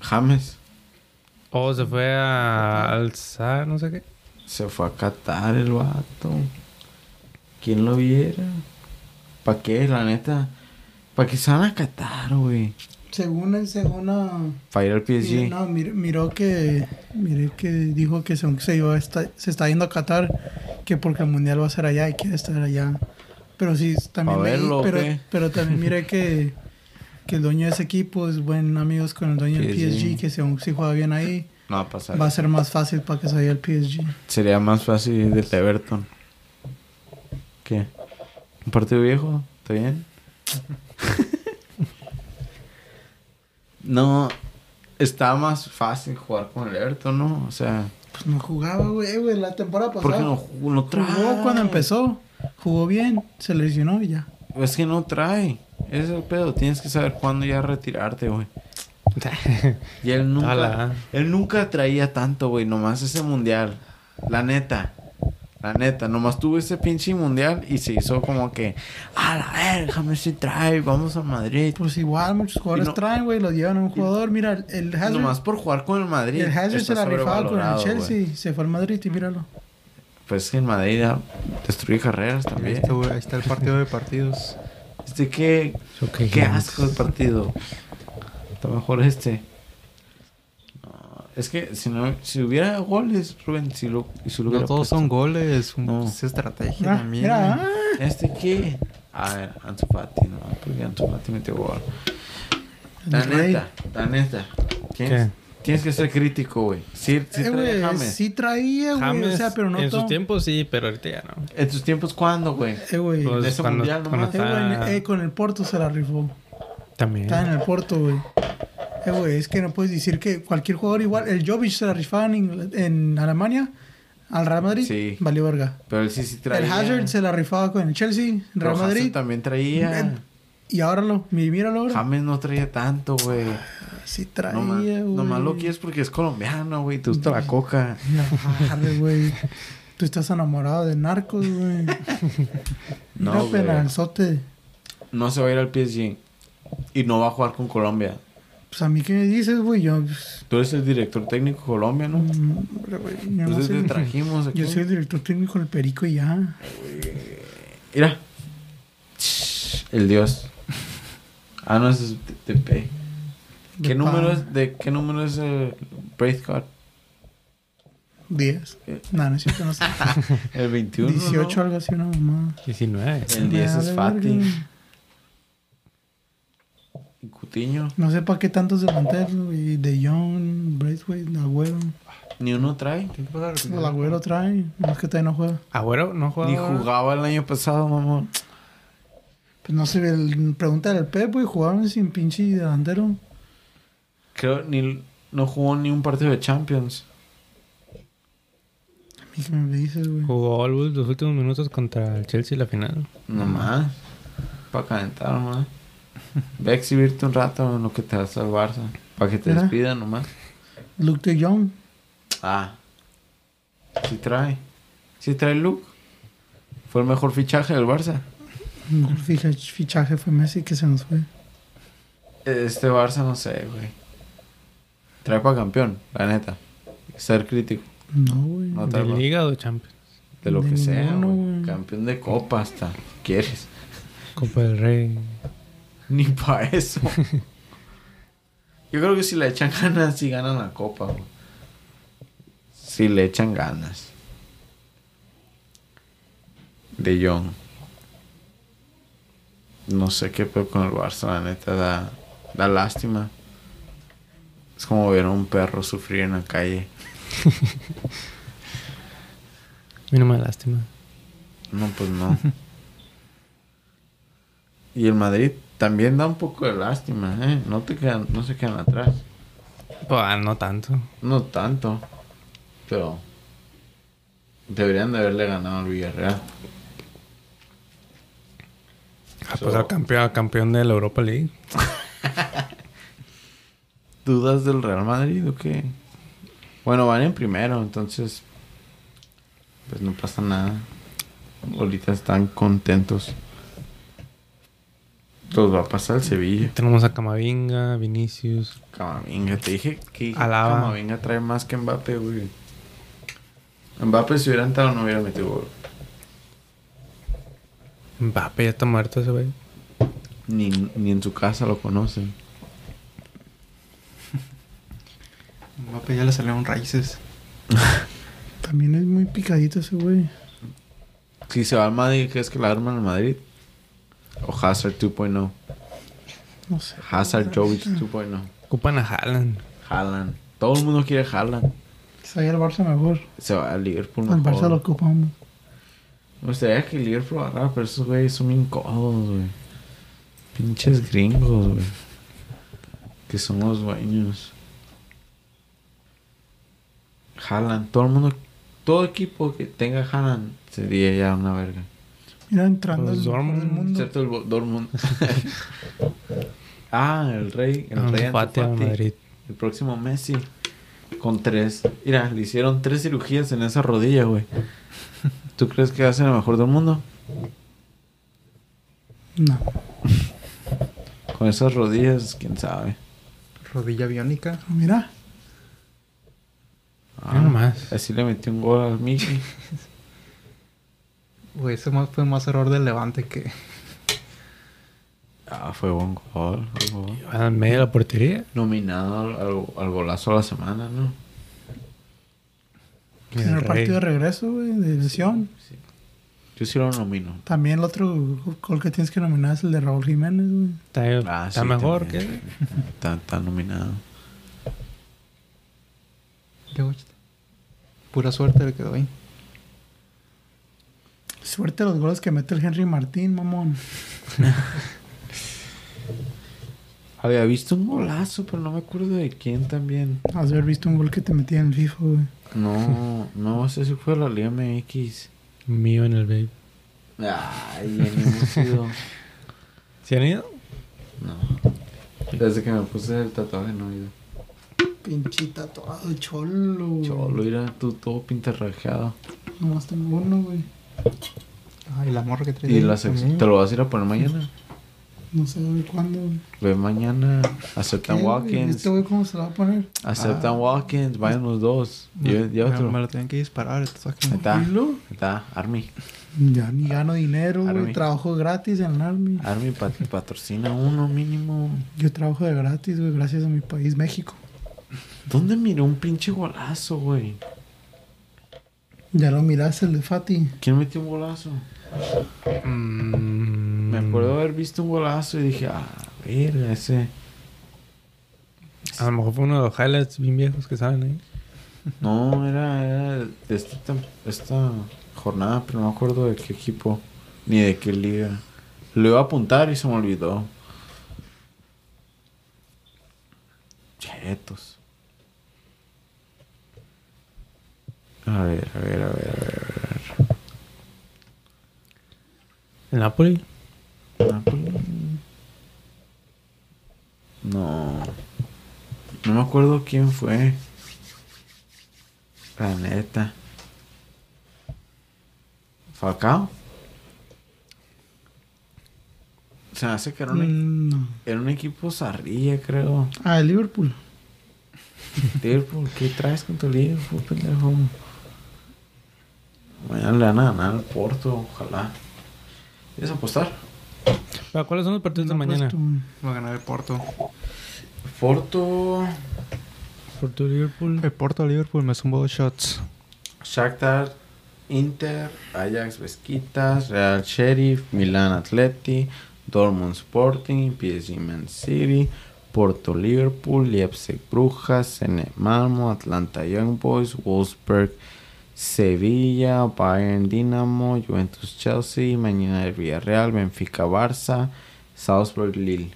Speaker 2: James.
Speaker 3: Oh, se fue a alzar, no sé qué.
Speaker 2: Se fue a Qatar el vato. ¿Quién lo viera? ¿Para qué, la neta? ¿Para qué se van a Qatar, güey?
Speaker 1: según, según a-
Speaker 2: Para ir al
Speaker 1: Mir-
Speaker 2: PSG.
Speaker 1: No, mir- miró que. Miré que dijo que según que se, iba, a esta- se está yendo a Qatar, que porque el mundial va a ser allá y quiere estar allá. Pero sí, también.
Speaker 2: Pa'
Speaker 1: leí-
Speaker 2: verlo, ¿o
Speaker 1: pero,
Speaker 2: qué?
Speaker 1: pero también miré
Speaker 2: *laughs*
Speaker 1: que, que el dueño de ese equipo es buen amigos con el dueño del
Speaker 2: PSG.
Speaker 1: PSG, que según si juega bien ahí,
Speaker 2: No va a pasar.
Speaker 1: va a ser más fácil para que se vaya al PSG.
Speaker 2: Sería más fácil ir del Everton. ¿Qué? ¿Un partido viejo? ¿Está bien? *laughs* no, está más fácil jugar con el Everton, ¿no? O sea,
Speaker 1: Pues no jugaba, güey, güey, la temporada pasada.
Speaker 2: porque no, ju- no trae.
Speaker 1: Jugó cuando empezó, jugó bien, se lesionó y ya.
Speaker 2: Es que no trae. Ese es el pedo. Tienes que saber cuándo ya
Speaker 1: *laughs*
Speaker 2: retirarte, güey. Y él nunca,
Speaker 3: Ala.
Speaker 2: él nunca traía tanto, güey. Nomás ese mundial. La neta. La neta. Nomás tuvo ese pinche mundial y se hizo como que... A la verga, me si trae. Vamos a Madrid.
Speaker 1: Pues igual, muchos jugadores
Speaker 2: no-
Speaker 1: traen, güey, los llevan a un jugador. Mira, el- el Hazard.
Speaker 2: Nomás por jugar con el Madrid.
Speaker 1: Y el Hazard se
Speaker 2: está
Speaker 1: la rifaba con el
Speaker 2: sobrevalorado,
Speaker 1: Chelsea,
Speaker 2: güey.
Speaker 1: se fue al Madrid y míralo.
Speaker 2: Pues es que en Madrid ya destruye carreras
Speaker 4: Ahí
Speaker 2: también.
Speaker 4: está, güey, ahí está el partido de partidos.
Speaker 2: Este, qué,
Speaker 3: So que
Speaker 2: qué
Speaker 3: ya-
Speaker 2: asco el partido. Está mejor este. No, es que si no, si hubiera goles, Rubén, si lo, si lo
Speaker 4: No
Speaker 2: hubiera
Speaker 4: todos
Speaker 2: puesto.
Speaker 4: son goles, un-
Speaker 2: No.
Speaker 4: es estrategia
Speaker 1: Ah,
Speaker 4: también.
Speaker 1: mira, ah,
Speaker 2: ¿Este qué? A ver, Ansu Fati, no, porque Ansu Fati metió gol. La
Speaker 1: el rey.
Speaker 2: neta, la neta. Tienes,
Speaker 3: ¿Qué?
Speaker 2: tienes que ser crítico, güey. Sí, sí
Speaker 1: Eh,
Speaker 2: trae
Speaker 1: güey,
Speaker 2: James.
Speaker 1: sí traía, güey, o
Speaker 3: James,
Speaker 1: sea, pero no
Speaker 3: en sus
Speaker 1: todo.
Speaker 3: tiempos sí, pero ahorita ya no.
Speaker 2: ¿En tus tiempos cuándo, güey?
Speaker 1: Eh, güey,
Speaker 3: Pues,
Speaker 2: ese
Speaker 3: cuando-
Speaker 2: mundial nomás.
Speaker 3: cuando
Speaker 1: eh, güey,
Speaker 3: está-
Speaker 1: eh, con el Porto se la rifó.
Speaker 3: También.
Speaker 1: Estaba en el Porto, güey. Eh, güey, es que no puedes decir que cualquier jugador igual. El Jovic se la rifaba en, Ingl- en Alemania, al Real Madrid,
Speaker 2: Sí.
Speaker 1: valió verga.
Speaker 2: Pero él sí, sí traía.
Speaker 1: El Hazard se la rifaba con el Chelsea,
Speaker 2: Pero
Speaker 1: Real
Speaker 2: Hazard
Speaker 1: Madrid.
Speaker 2: también traía.
Speaker 1: Y ahora lo, mi- míralo ahora.
Speaker 2: James no traía tanto, güey.
Speaker 1: Sí traía,
Speaker 2: Nomás,
Speaker 1: güey.
Speaker 2: nomás lo quieres porque es colombiano, güey. Te gusta la coca.
Speaker 1: No, arre, güey. Tú estás enamorado de narcos, güey.
Speaker 2: No,
Speaker 1: No,
Speaker 2: güey.
Speaker 1: penalzote.
Speaker 2: No se va a ir al PSG. Y no va a jugar con Colombia.
Speaker 1: Pues a mí, ¿qué me dices, güey? Yo, pues,
Speaker 2: Tú eres el director técnico colombiano.
Speaker 1: mm, hombre, güey, yo no
Speaker 2: Entonces
Speaker 1: soy-
Speaker 2: te trajimos aquí.
Speaker 1: yo soy el director técnico del Perico y ya.
Speaker 2: Mira. El dios. Ah, no, ese es TP. ¿Qué
Speaker 1: De
Speaker 2: número
Speaker 1: pa-
Speaker 2: es, de qué número es el Braithcott?
Speaker 1: 10. No, no es cierto, no
Speaker 2: *laughs*
Speaker 1: sé.
Speaker 2: El 21.
Speaker 1: 18,
Speaker 2: Eh. ¿no?
Speaker 1: algo así, una mamá.
Speaker 3: 19.
Speaker 2: El 10
Speaker 1: Me
Speaker 2: es
Speaker 1: vale
Speaker 2: Fati.
Speaker 1: verga.
Speaker 2: Y Cutiño.
Speaker 1: No sé para qué tantos delanteros, güey. De John, Braithwaite, Agüero.
Speaker 2: Ni uno trae.
Speaker 4: ¿Qué pasa, Rubén?
Speaker 1: El Agüero trae, no es que todavía no juega.
Speaker 3: Agüero no jugaba.
Speaker 2: Ni jugaba el año pasado, mamón.
Speaker 1: Pues no sé, el, pregunta del Pep, güey. Jugaban sin pinche delantero.
Speaker 2: Creo ni no jugó ni un partido de Champions.
Speaker 1: A mí, ¿qué me dices, güey?
Speaker 3: Jugó All Bulls los últimos minutos contra el Chelsea la final.
Speaker 2: Nomás. Para calentar nomás. Ve a exhibirte un rato en lo que te vas al Barça. Para que te
Speaker 1: Ajá.
Speaker 2: despidan nomás.
Speaker 1: Luke de Jong.
Speaker 2: Ah. Sí trae. Sí trae Luke. Fue el mejor fichaje del Barça.
Speaker 1: El fija- fichaje fue Messi que se nos fue.
Speaker 2: Este Barça no sé, güey. Trae para campeón, la neta. Ser crítico.
Speaker 1: No, güey.
Speaker 2: No
Speaker 3: ¿De
Speaker 2: trae pa-
Speaker 3: Liga o de Champions?
Speaker 2: de lo
Speaker 1: de
Speaker 2: que sea,
Speaker 1: ninguno,
Speaker 2: güey.
Speaker 1: güey.
Speaker 2: Campeón de copa hasta. ¿Quieres?
Speaker 3: Copa del Rey.
Speaker 2: *laughs* Ni para eso. Yo creo que si le echan ganas, sí ganan la copa, güey. Si le echan ganas. De Jong. No sé qué peor con el Barça, la neta, da, da lástima. Es como ver a un perro sufrir en la calle.
Speaker 3: A mí no me da lástima.
Speaker 2: No, pues no. y el Madrid también da un poco de lástima, ¿eh? No, te quedan, no se quedan atrás.
Speaker 3: Pues ah, no tanto.
Speaker 2: No tanto. Pero. Deberían de haberle ganado al Villarreal.
Speaker 3: Ah, pues
Speaker 2: So-
Speaker 3: al campeón, al campeón de la Europa League.
Speaker 2: ¿Dudas del Real Madrid o qué? Bueno, van en primero, entonces. Pues no pasa nada. Ahorita están contentos. Los va a pasar el Sevilla.
Speaker 3: Tenemos a Camavinga, Vinicius.
Speaker 2: Camavinga, te dije que
Speaker 3: Alaba.
Speaker 2: Camavinga trae más que Mbappé, güey. Mbappé si hubiera entrado no hubiera metido gol.
Speaker 3: Mbappé ya está muerto ese güey.
Speaker 2: Ni, ni en su casa lo conocen.
Speaker 4: Mbappé ya le salieron raíces.
Speaker 1: También es muy picadito ese güey.
Speaker 2: Si se va al Madrid, ¿crees que la arma en el Madrid? O Hazard 2.0.
Speaker 1: No sé.
Speaker 2: Hazard Jovic 2.0.
Speaker 3: Ocupan a Haaland.
Speaker 2: Haaland. Todo el mundo quiere Haaland.
Speaker 1: Está ahí el Barça mejor.
Speaker 2: Se va al Liverpool
Speaker 1: Al
Speaker 2: mejor.
Speaker 1: Barça lo ocupamos.
Speaker 2: Me gustaría que el Liverpool agarrara, pero esos güeyes son bien codos, güey. Pinches gringos, güey. Que son los dueños. Haaland. Todo el mundo... Todo equipo que tenga Haaland sería ya una verga.
Speaker 1: Mira, entrando
Speaker 3: Pues
Speaker 1: el mejor del
Speaker 3: Dortmund,
Speaker 1: mundo.
Speaker 2: Excepto el Bo- Dortmund. *laughs* ah, el rey. El
Speaker 3: Un
Speaker 2: rey
Speaker 3: empate al
Speaker 2: Ansu Fati.
Speaker 3: Madrid.
Speaker 2: El próximo Messi. Con tres. Mira, le hicieron tres cirugías en esa rodilla, güey. ¿Tú crees que hacen lo mejor del mundo?
Speaker 1: No.
Speaker 2: Con esas rodillas, quién sabe.
Speaker 4: Rodilla biónica.
Speaker 1: Mira,
Speaker 3: Mira nomás.
Speaker 2: Ah, Así le metió un gol al Mickey.
Speaker 4: Güey, ese más- fue más error del Levante que... *laughs*
Speaker 2: Ah, fue buen gol. fue buen gol.
Speaker 3: Al medio de la portería.
Speaker 2: Nominado al, al- al golazo de la semana, ¿no?
Speaker 3: Y
Speaker 1: en
Speaker 3: el
Speaker 1: el
Speaker 3: Rey.
Speaker 1: partido de regreso, güey, de lesión.
Speaker 2: Sí. Yo sí lo nomino.
Speaker 1: También el otro gol que tienes que nominar es el de Raúl Jiménez, güey.
Speaker 3: Está,
Speaker 2: Ah,
Speaker 3: está
Speaker 2: sí,
Speaker 3: mejor
Speaker 2: también.
Speaker 3: que...
Speaker 2: Está, está nominado.
Speaker 4: Ya, güey, Pura suerte le quedó ahí.
Speaker 1: Suerte los goles que mete el Henry Martín, mamón.
Speaker 2: Había visto un golazo, pero no me acuerdo de quién también.
Speaker 1: Has de haber visto un gol que te metía en el FIFA, güey.
Speaker 2: No, no sé si fue la Liga MX.
Speaker 3: Mío en el baby.
Speaker 2: Ay, ya ni hemos ido.
Speaker 3: ¿Se han ido?
Speaker 2: No. Desde que me puse el tatuaje no he ido.
Speaker 1: Pinchita todo cholo, güey.
Speaker 2: Cholo, mira, tú todo pintarrajeado.
Speaker 1: Nomás tengo uno, güey.
Speaker 4: Ah, y la morra que trae.
Speaker 2: Y
Speaker 4: ahí
Speaker 2: la sección,
Speaker 4: también.
Speaker 2: ¿te lo vas a ir a poner mañana?
Speaker 1: No sé güey, cuándo, güey.
Speaker 2: Ve mañana, aceptan
Speaker 1: ¿Qué, güey?
Speaker 2: walk-ins.
Speaker 1: ¿Este güey cómo se la va a poner?
Speaker 2: Aceptan
Speaker 4: Ah.
Speaker 2: walk-ins, vayan los dos.
Speaker 4: Me-
Speaker 2: Llé- Llévatelo.
Speaker 4: me- Me
Speaker 2: Ahí
Speaker 4: lo tenían que disparar. entonces, ah, que no.
Speaker 2: está, ahí
Speaker 1: ¿Hilo?
Speaker 2: está, Army.
Speaker 1: Ya ni gano dinero, güey.
Speaker 2: Ah, Army.
Speaker 1: Trabajo gratis en el Army.
Speaker 2: Army pat- patrocina uno mínimo.
Speaker 1: Yo trabajo de gratis, güey, gracias a mi país, México.
Speaker 2: ¿Dónde miró un pinche golazo, güey?
Speaker 1: Ya lo miraste, el de Fati.
Speaker 2: ¿Quién metió un golazo?
Speaker 3: Mm,
Speaker 2: Me acuerdo haber visto un golazo y dije, ah, verga, ese.
Speaker 3: A lo mejor fue uno de los highlights bien viejos que salen ahí.
Speaker 2: No, era, era de esta, tem- esta jornada, pero no me acuerdo de qué equipo ni de qué liga. Lo iba a apuntar y se me olvidó. Chetos. A ver, a ver, a ver, a ver.
Speaker 3: ¿El Napoli?
Speaker 2: Napoli. No. No me acuerdo quién fue. La neta. Falcao. Se me hace que era un,
Speaker 1: Mm, no.
Speaker 2: era un equipo zarrilla, creo.
Speaker 1: Ah, el Liverpool.
Speaker 2: Liverpool, ¿qué traes con tu Liverpool, pendejo? Mañana le van a ganar al Porto, ojalá. ¿Quieres apostar?
Speaker 3: ¿Pero cuáles son los partidos de
Speaker 1: No, pues,
Speaker 3: mañana?
Speaker 1: tú.
Speaker 4: Va a ganar el Porto.
Speaker 2: Porto.
Speaker 3: Por tu Liverpool.
Speaker 4: El Porto Liverpool me zumbó dos shots.
Speaker 2: Shakhtar, Inter, Ajax Vesquitas, Real Sheriff, Milan Atleti, Dortmund Sporting, PSG Man City, Porto Liverpool, Leipzig Brujas, Ene Malmo, Atlanta Young Boys, Wolfsburg, Sevilla, Bayern Dinamo, Juventus Chelsea, mañana el Villarreal, Benfica Barça, Salzburg Lille.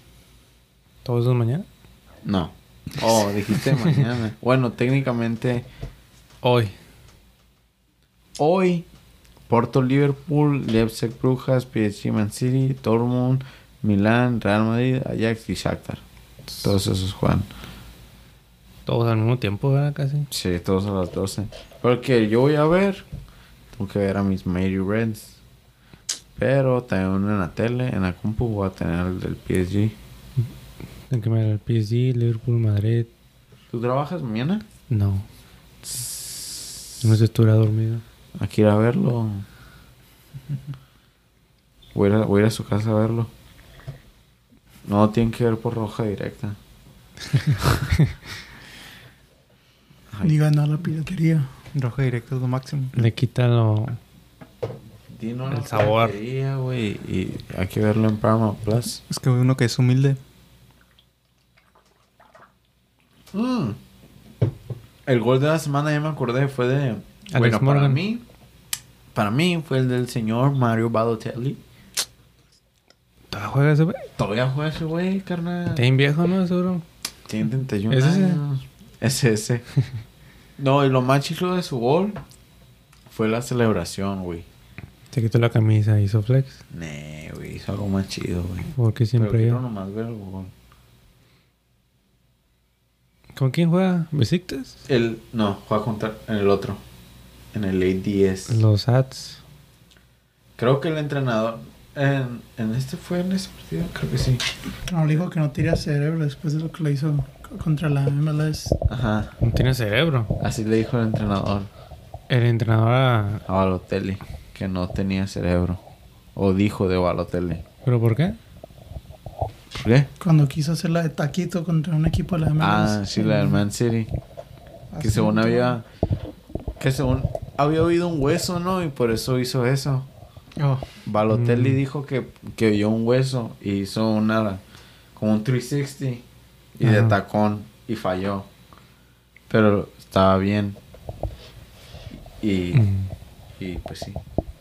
Speaker 3: ¿Todos son mañana?
Speaker 2: No. Oh, dijiste mañana. Bueno, técnicamente
Speaker 3: Hoy.
Speaker 2: Hoy, Porto Liverpool, Leipzig Brujas, PSG Man City, Dortmund, Milán, Real Madrid, Ajax y Shakhtar. Todos esos juegan.
Speaker 3: Todos al mismo tiempo, ¿verdad? Casi.
Speaker 2: Sí, todos a las 12. Porque yo voy a ver, tengo que ver a mis Mighty Reds. Pero también en la tele, en la compu voy a tener el del PSG.
Speaker 3: Tengo que mirar el PSG, Liverpool, Madrid.
Speaker 2: ¿Tú trabajas mañana?
Speaker 3: No. No sé, estuviera dormido.
Speaker 2: Hay que ir a verlo. Voy a, ir a- voy a ir a su casa a verlo. No, tienen que ver por roja directa. Ay.
Speaker 1: ni ganar la piratería.
Speaker 4: Roja directa es lo máximo.
Speaker 3: Le quita lo.
Speaker 2: Dino
Speaker 3: El
Speaker 2: la
Speaker 3: sabor.
Speaker 2: piratería, güey, y hay que verlo en Paramount Plus.
Speaker 4: Es que uno que es humilde.
Speaker 2: Mm. El gol de la semana, ya me acordé, fue de... bueno, para
Speaker 3: Morgan.
Speaker 2: mí... Para mí fue el del señor Mario Balotelli.
Speaker 3: ¿Todavía juega ese, güey?
Speaker 2: Todavía juega ese güey, carnal.
Speaker 3: Está bien viejo, ¿no? Seguro.
Speaker 2: Tiene 31
Speaker 3: ¿Es ese?
Speaker 2: años. Es
Speaker 3: *laughs*
Speaker 2: ese. no, y lo más chido de su gol fue la celebración, güey.
Speaker 3: Se quitó la camisa, hizo flex.
Speaker 2: Nee, güey, hizo algo más chido, güey.
Speaker 3: Porque
Speaker 2: Pero
Speaker 3: siempre
Speaker 2: quiero
Speaker 3: yo.
Speaker 2: nomás ver el gol.
Speaker 3: ¿Con quién juega? ¿Besiktas?
Speaker 2: El, no, juega contra en el otro. En el A10.
Speaker 3: Los Hats.
Speaker 2: Creo que el entrenador. En, en este fue en ese partido, creo que sí.
Speaker 1: No, le dijo que no tira cerebro después de lo que le hizo c- contra la MLS.
Speaker 2: Ajá.
Speaker 3: No tiene cerebro.
Speaker 2: Así le dijo el entrenador
Speaker 3: El entrenador a-
Speaker 2: a Balotelli. Que no tenía cerebro. O dijo de Balotelli.
Speaker 3: ¿Pero por qué?
Speaker 2: ¿Por qué?
Speaker 1: Cuando quiso hacer la de taquito contra un equipo de la MLS.
Speaker 2: Ah, sí, la del Man City. Que
Speaker 1: Así
Speaker 2: según
Speaker 1: todo.
Speaker 2: había. Que según había oído un hueso, ¿no? Y por eso hizo eso.
Speaker 4: Oh,
Speaker 2: Balotelli
Speaker 3: Mm.
Speaker 2: dijo que, que vio un hueso y hizo una. Como un 360 y de
Speaker 3: Ajá.
Speaker 2: tacón y falló. Pero estaba bien. Y,
Speaker 3: Mm.
Speaker 2: y pues sí.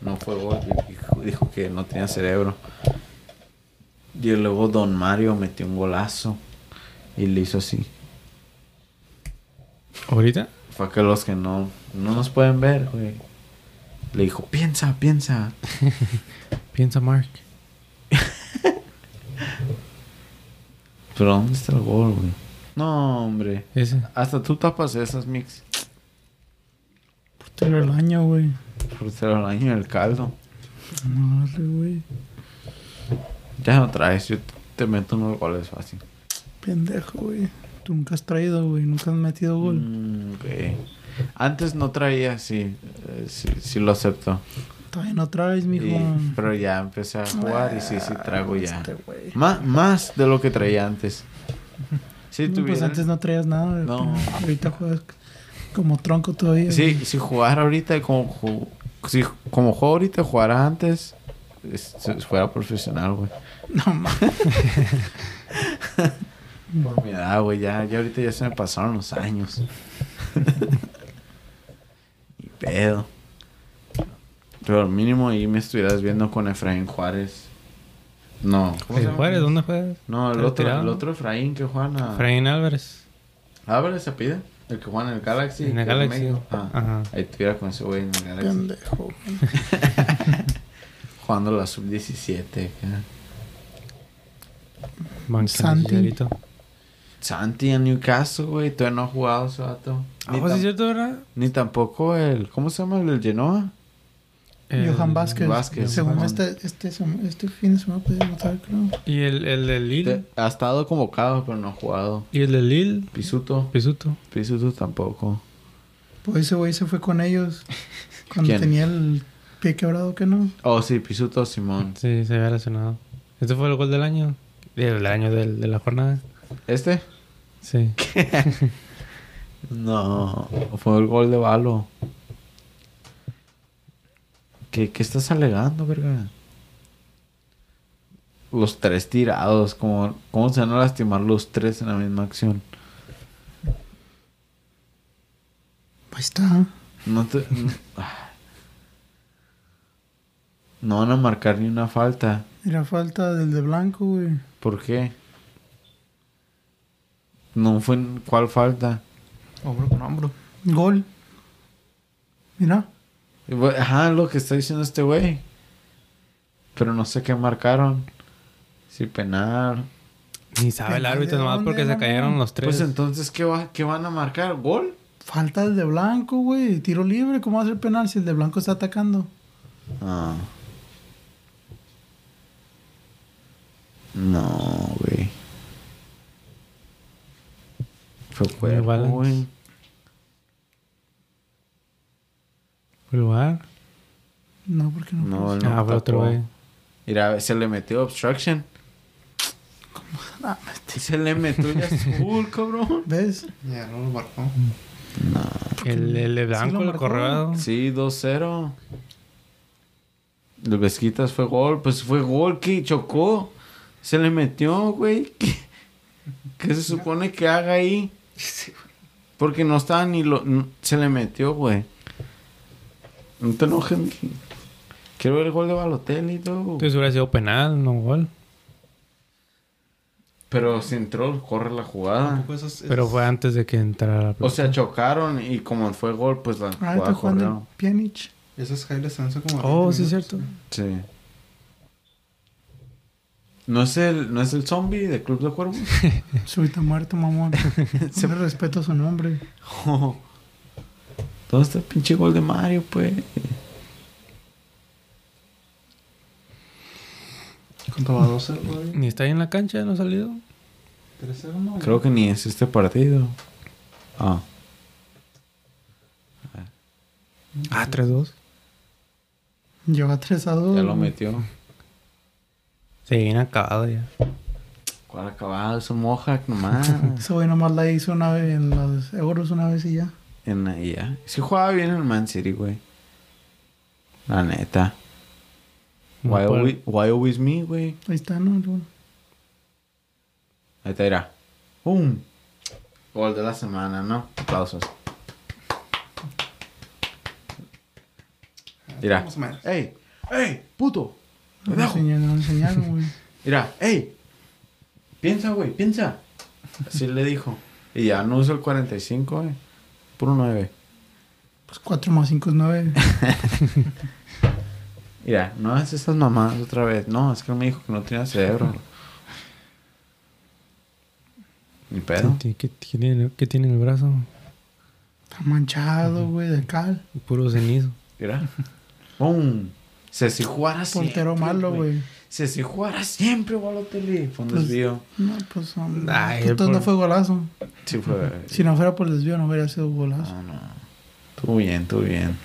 Speaker 2: No fue gol. y Dijo, dijo que no tenía cerebro. Y luego Don Mario metió un golazo y le hizo así.
Speaker 3: ¿Ahorita?
Speaker 2: Fue que los que no, no nos pueden ver, güey. Le dijo, piensa, piensa.
Speaker 3: Piensa Mark.
Speaker 2: Pero ¿dónde está el gol, güey? No, hombre.
Speaker 3: Ese.
Speaker 2: Hasta tú tapas esas mix.
Speaker 1: Portero del año, güey.
Speaker 2: Por ser el año del caldo.
Speaker 1: No, güey.
Speaker 2: Ya no traes, yo te meto unos goles fácil.
Speaker 1: Pendejo, güey. Tú nunca has traído, güey. Nunca has metido gol.
Speaker 2: Mm, ok. Antes no traía, sí. Eh, sí, sí lo acepto.
Speaker 1: Todavía no traes, mijo.
Speaker 2: Y- pero ya empecé a jugar y sí, sí trago ya.
Speaker 1: Este, güey.
Speaker 2: Má- más de lo que traía antes. Sí,
Speaker 1: No, pues
Speaker 2: tuviera-
Speaker 1: antes no traías nada, güey.
Speaker 2: No.
Speaker 1: pero Ahorita juegas como tronco todavía. güey.
Speaker 2: Sí, si jugara ahorita y como, ju- si como juego ahorita, jugara antes, es- se- fuera profesional, güey.
Speaker 1: *laughs* No mames.
Speaker 2: *laughs* Por mi edad, güey, ya, ya ahorita ya se me pasaron los
Speaker 1: *laughs*
Speaker 2: años. Ni pedo. Pero al mínimo ahí me estuvieras viendo con Efraín Juárez. No. ¿cómo se
Speaker 3: Eh,
Speaker 2: llama? Ah.
Speaker 3: Juárez, ¿dónde juegas?
Speaker 2: No, el
Speaker 3: ¿Está
Speaker 2: otro,
Speaker 3: retirado?
Speaker 2: el otro Efraín que juega en... la-
Speaker 3: Efraín Álvarez.
Speaker 2: Álvarez se pide. El que juega en el Galaxy.
Speaker 3: en el
Speaker 2: que es de
Speaker 3: Galaxy.
Speaker 2: México. Ah,
Speaker 3: Ajá.
Speaker 2: Ahí estuviera con ese güey en el Galaxy.
Speaker 1: Pendejo, güey.
Speaker 2: Jugando la sub-17. acá.
Speaker 1: Santi.
Speaker 3: Mancancillerito.
Speaker 2: Ah, Santi en Newcastle, güey. Todavía no ha jugado ese vato.
Speaker 3: Ah,
Speaker 2: Ni,
Speaker 3: sí,
Speaker 2: tam-
Speaker 3: es cierto, ¿verdad?
Speaker 2: ni tampoco el... ¿Cómo se llama el del Genoa?
Speaker 3: El-
Speaker 1: Eh, Johan Vázquez.
Speaker 2: Vázquez.
Speaker 1: Según
Speaker 2: Johan.
Speaker 1: este, este, sem- este fin de semana podía votar, creo.
Speaker 3: Y el, el de Lille.
Speaker 2: Te- Ha estado convocado, pero no ha jugado.
Speaker 3: Y el de Lille.
Speaker 2: Pisuto.
Speaker 3: Pisuto.
Speaker 2: Pisuto tampoco.
Speaker 1: Pues ese güey se fue con ellos. Cuando
Speaker 2: ¿Quién?
Speaker 1: tenía el pie quebrado, que no.
Speaker 2: Oh, sí, Pisuto Simón.
Speaker 3: Sí, se había lesionado. Este fue el gol del año. El año del- de la jornada.
Speaker 2: ¿Este?
Speaker 3: Sí.
Speaker 2: No. Fue el gol de Balo. ¿Qué, qué estás alegando, verga? Los tres tirados. ¿Cómo, ¿Cómo se van a lastimar los tres en la misma acción?
Speaker 1: Ahí está.
Speaker 2: No te. no- ah. No van a marcar ni una falta.
Speaker 1: Era falta del de blanco, güey.
Speaker 2: ¿Por qué? No fue. ¿Cuál falta?
Speaker 4: hombro con hombro.
Speaker 1: Gol. Mira.
Speaker 2: Y bu- Ajá, lo que está diciendo este güey. Pero no sé qué marcaron. Si penal.
Speaker 3: Ni sabe el árbitro nomás porque se cayeron los tres.
Speaker 2: Pues entonces, ¿qué, va, ¿qué van a marcar? ¿Gol?
Speaker 1: Falta del de blanco, güey. Tiro libre. ¿Cómo va a ser penal si el de blanco está atacando?
Speaker 2: Ah. No, güey. Fue cuerpo,
Speaker 3: balance.
Speaker 2: güey.
Speaker 3: ¿Fue lugar?
Speaker 1: No, porque no.
Speaker 2: No, no.
Speaker 3: ah, fue otro
Speaker 2: tapó.
Speaker 3: güey.
Speaker 2: Mira, se le metió obstruction.
Speaker 1: Ah,
Speaker 2: Se le metió ya azul, cabrón.
Speaker 1: ¿Ves?
Speaker 4: Ya no lo marcó.
Speaker 3: El, el de blanco,
Speaker 1: lo
Speaker 3: el
Speaker 1: marcó.
Speaker 3: correo.
Speaker 2: Sí, 2-0. El Vesquitas fue gol. Pues fue gol que chocó. Se le metió, güey. *laughs* ¿Qué, qué se supone que haga ahí? Porque no estaba ni lo... n- Se le metió, güey. No te enojes. mi- Quiero ver el gol de Balotelli, tú.
Speaker 3: Entonces hubiera sido penal, no gol.
Speaker 2: Pero si entró, corre la jugada.
Speaker 4: Tampoco esos-
Speaker 3: Pero
Speaker 4: esos-
Speaker 3: fue antes de que entrara la
Speaker 2: O
Speaker 3: pelota.
Speaker 2: sea, chocaron y como fue gol, pues la
Speaker 1: Ah, está
Speaker 2: jugada corrió.
Speaker 1: jugando Pjanic.
Speaker 4: Esos highlights han sido como...
Speaker 3: Oh,
Speaker 4: 20
Speaker 3: sí, es
Speaker 4: minutos,
Speaker 3: cierto.
Speaker 4: ¿no?
Speaker 2: Sí. ¿No es el, no es el zombie de Club de Cuervos? *laughs*
Speaker 1: Subita muerto, mamón. Se le respeto su nombre.
Speaker 2: Oh. ¿Dónde está el este pinche gol de Mario, pues?
Speaker 4: ¿Cuánto va? 2-0, güey.
Speaker 3: Ni está ahí en la cancha, no ha salido.
Speaker 4: 3-0, no.
Speaker 2: Creo que ni es este partido. Ah.
Speaker 3: Ah, 3-2.
Speaker 1: Lleva 3 a 2.
Speaker 2: Ya lo metió.
Speaker 3: Se viene acabado ya.
Speaker 2: ¿Cuál acabado? Eso moja *laughs* nomás.
Speaker 1: Eso güey nomás la hizo una vez en los euros una vez y ya.
Speaker 2: en eh, la IA. Sí jugaba bien el Man City, güey. La neta.
Speaker 3: No
Speaker 2: Why,
Speaker 3: puede-
Speaker 2: always, why always me, güey?
Speaker 1: Ahí está, ¿no? El gol.
Speaker 2: Ahí te irá. ¡Pum! Gol de la semana, ¿no? Aplausos. Mira.
Speaker 4: Más o menos.
Speaker 2: ¡Ey! ¡Ey! ¡Puto!
Speaker 1: No lo enseñaron, no lo enseñaron, güey.
Speaker 2: Mira, ¡ey! Piensa, güey, piensa. Así le dijo. Y ya no usó el 45, güey. Puro 9.
Speaker 1: Pues 4 más 5 es 9.
Speaker 2: Mira, no hagas esas mamadas otra vez. No, es que él me dijo que no tenía cerebro. Ni pedo.
Speaker 3: ¿Qué, qué tiene, en el- qué tiene en el brazo?
Speaker 1: Está manchado, güey, de cal.
Speaker 3: Puro cenizo.
Speaker 2: Mira. ¡Pum! Se si jugara
Speaker 1: Portero
Speaker 2: siempre,
Speaker 1: Pues, malo, güey.
Speaker 2: Si si jugara siempre, Balotelli. Fue un
Speaker 1: Pues-
Speaker 2: desvío.
Speaker 1: No, pues um,
Speaker 3: Ay,
Speaker 1: puto,
Speaker 3: por-
Speaker 1: no fue golazo.
Speaker 2: Sí, Ah. fue.
Speaker 1: Si no fuera por el desvío, no hubiera sido golazo.
Speaker 2: No, no. Estuvo bien, estuvo bien.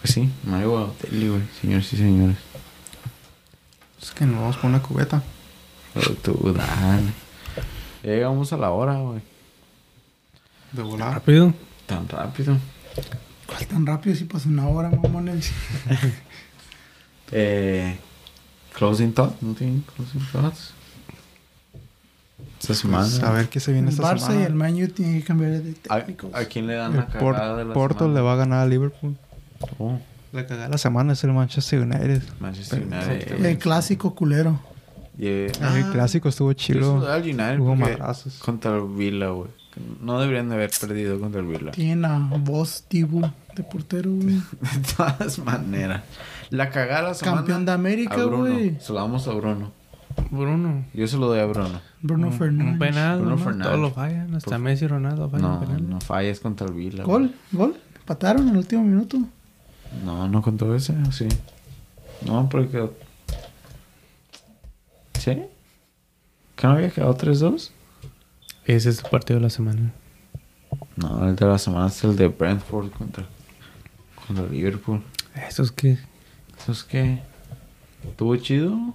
Speaker 2: Pues sí, Mario Balotelli, güey. Señores y señores.
Speaker 4: Es que nos vamos con una cubeta.
Speaker 2: Pero tú, dale. Ya llegamos a la hora, güey.
Speaker 4: De
Speaker 2: Ah,
Speaker 4: volada.
Speaker 3: Rápido.
Speaker 2: Tan rápido.
Speaker 1: ¿Cuál tan rápido si pasó una hora, mamones?
Speaker 2: Eh, closing thoughts, ¿no tienen closing thoughts? Esta semana.
Speaker 4: Pues, a ver qué se
Speaker 1: El
Speaker 4: viene esta
Speaker 1: Barça
Speaker 4: semana.
Speaker 1: y el Man U tienen que cambiar de
Speaker 2: ¿A,
Speaker 1: técnicos.
Speaker 2: a quién le dan
Speaker 4: El
Speaker 2: la
Speaker 4: Por-
Speaker 2: cagada de la
Speaker 4: Eh, Porto le
Speaker 2: semana?
Speaker 4: va a ganar a Liverpool.
Speaker 2: Oh,
Speaker 4: La cagada de la semana es el Manchester United.
Speaker 2: Manchester
Speaker 4: Pero-
Speaker 2: United.
Speaker 1: El clásico culero.
Speaker 2: Yeah.
Speaker 1: Ah.
Speaker 3: Ah.
Speaker 4: el clásico estuvo
Speaker 2: Yo
Speaker 4: chido.
Speaker 2: soy del United
Speaker 4: Hubo
Speaker 2: porque-
Speaker 4: madrazos.
Speaker 2: Contra el Vila, güey. No deberían de haber perdido contra el Vila.
Speaker 1: Tienen a Vos Tibu de portero, güey.
Speaker 2: *laughs* De todas maneras. La cagada la semana.
Speaker 1: Campeón de
Speaker 2: a
Speaker 1: América,
Speaker 2: Bruno.
Speaker 1: güey.
Speaker 2: Se la damos a Bruno.
Speaker 3: Bruno.
Speaker 2: Yo se lo doy a Bruno.
Speaker 1: Bruno
Speaker 3: un,
Speaker 1: Fernández.
Speaker 3: Un penal.
Speaker 2: Bruno
Speaker 3: nomás,
Speaker 2: Fernández.
Speaker 3: Todos lo fallan. Hasta
Speaker 2: Por-
Speaker 3: Messi y Ronaldo fallan
Speaker 2: No,
Speaker 3: penales.
Speaker 2: no falles contra el Vila. güey.
Speaker 1: Gol, gol. Empataron en el último minuto.
Speaker 2: No, no contó ese, ¿o sí. No, porque. ¿Sí? ¿Que no había quedado 3-2?
Speaker 3: Ese es el partido de la semana.
Speaker 2: No, el de la semana es el de Brentford contra, contra Liverpool.
Speaker 3: Eso es que.
Speaker 2: Eso es que. Estuvo chido.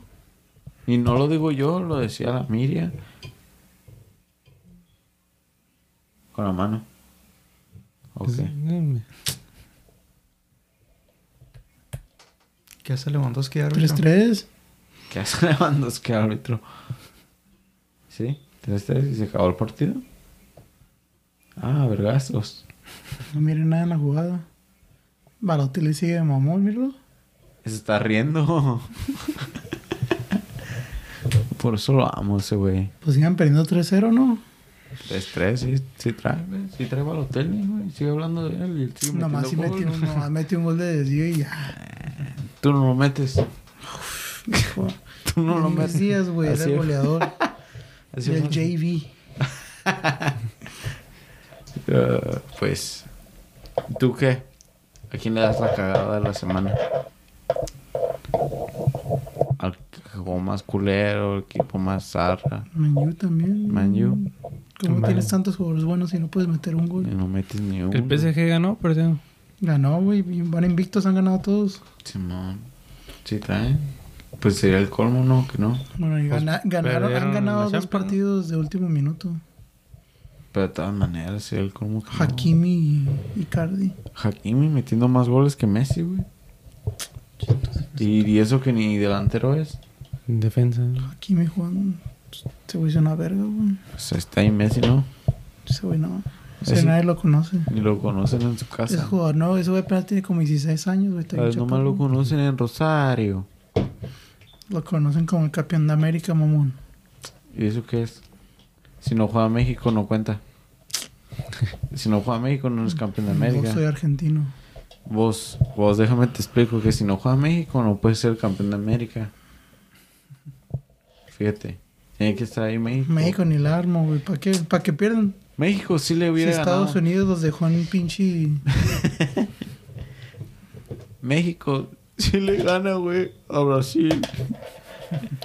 Speaker 2: Y no lo digo yo, lo decía la Miriam. Con la mano. Ok.
Speaker 3: Pues, eh,
Speaker 4: ¿Qué hace Lewandowski árbitro?
Speaker 1: 3-3.
Speaker 2: ¿Qué hace *laughs* Lewandowski árbitro? ¿Sí? ¿Tres, tres y se acabó el partido? Ah, vergastos.
Speaker 1: No miren nada en la jugada. Balotelli sigue de mamón, míralo.
Speaker 2: Se está riendo. *laughs* Por eso lo amo ese güey.
Speaker 1: Pues sigan perdiendo 3-0, ¿no?
Speaker 2: 3-3, sí, sí trae, güey. Sí trae Balotelli, güey. Sigue hablando de él y él sigue
Speaker 1: Nomás si
Speaker 2: metiendo
Speaker 1: metió,
Speaker 2: goles.
Speaker 1: nomás metió un gol de desvío y ya.
Speaker 2: Tú no lo metes.
Speaker 1: Hijo.
Speaker 2: Tú *laughs* no lo
Speaker 1: Denis
Speaker 2: metes.
Speaker 1: Díaz, güey, era
Speaker 2: Así
Speaker 1: el
Speaker 2: es.
Speaker 1: goleador.
Speaker 2: *laughs* Así
Speaker 1: del
Speaker 2: fue.
Speaker 1: JV.
Speaker 2: Eh, pues, ¿tú qué? ¿A quién le das la cagada de la semana? Al que jugó más culero, al equipo más zarra.
Speaker 1: Manu también.
Speaker 2: Manu.
Speaker 1: ¿Cómo
Speaker 3: Man.
Speaker 1: tienes tantos jugadores buenos si no puedes meter un
Speaker 2: Y
Speaker 1: gol?
Speaker 2: no metes ni uno.
Speaker 3: El PSG ganó, perdió.
Speaker 1: Ganó, güey. y Van invictos, han ganado todos.
Speaker 2: Simón. Sí, traen. Pues sería el colmo, ¿no? Que no. Pues,
Speaker 1: Bueno, y gana- ganaron,
Speaker 3: perdieron
Speaker 1: han ganado
Speaker 3: la
Speaker 1: dos
Speaker 3: Champions, ¿no?
Speaker 1: partidos de último minuto.
Speaker 2: Pero de todas maneras, él como que no.
Speaker 1: Hakimi y Icardi.
Speaker 2: Hakimi metiendo más goles que Messi, güey. Y, y eso que ni delantero es.
Speaker 3: En defensa.
Speaker 1: Hakimi jugando. Se güey es una verga, güey.
Speaker 2: Pues ahí está ahí Messi, ¿no?
Speaker 1: Ese güey no. Ese
Speaker 2: Ese-
Speaker 1: nadie lo conoce.
Speaker 2: Ni lo conocen en su
Speaker 1: Es
Speaker 2: casa.
Speaker 1: jugador, no, ese güey apenas tiene como 16 años, güey. está bien
Speaker 2: Tal vez nomás lo
Speaker 1: chaparro.
Speaker 2: conocen en Rosario.
Speaker 1: Lo conocen como el campeón de América, mamón.
Speaker 2: ¿Y eso qué es? Si no juega México, no cuenta. si no juega México, no es campeón de
Speaker 1: Yo
Speaker 2: América.
Speaker 1: soy argentino.
Speaker 2: Vos, vos déjame te explico que si no juega México no puede ser campeón de América. Fíjate, tiene que estar ahí México.
Speaker 1: México ni la armo, güey. ¿Para qué, ¿Para qué pierdan?
Speaker 2: México sí le
Speaker 1: Si
Speaker 2: hubiera
Speaker 1: Estados
Speaker 2: ganado.
Speaker 1: Unidos los dejó en pinche.
Speaker 2: México *laughs* sí le gana, güey, a Brasil.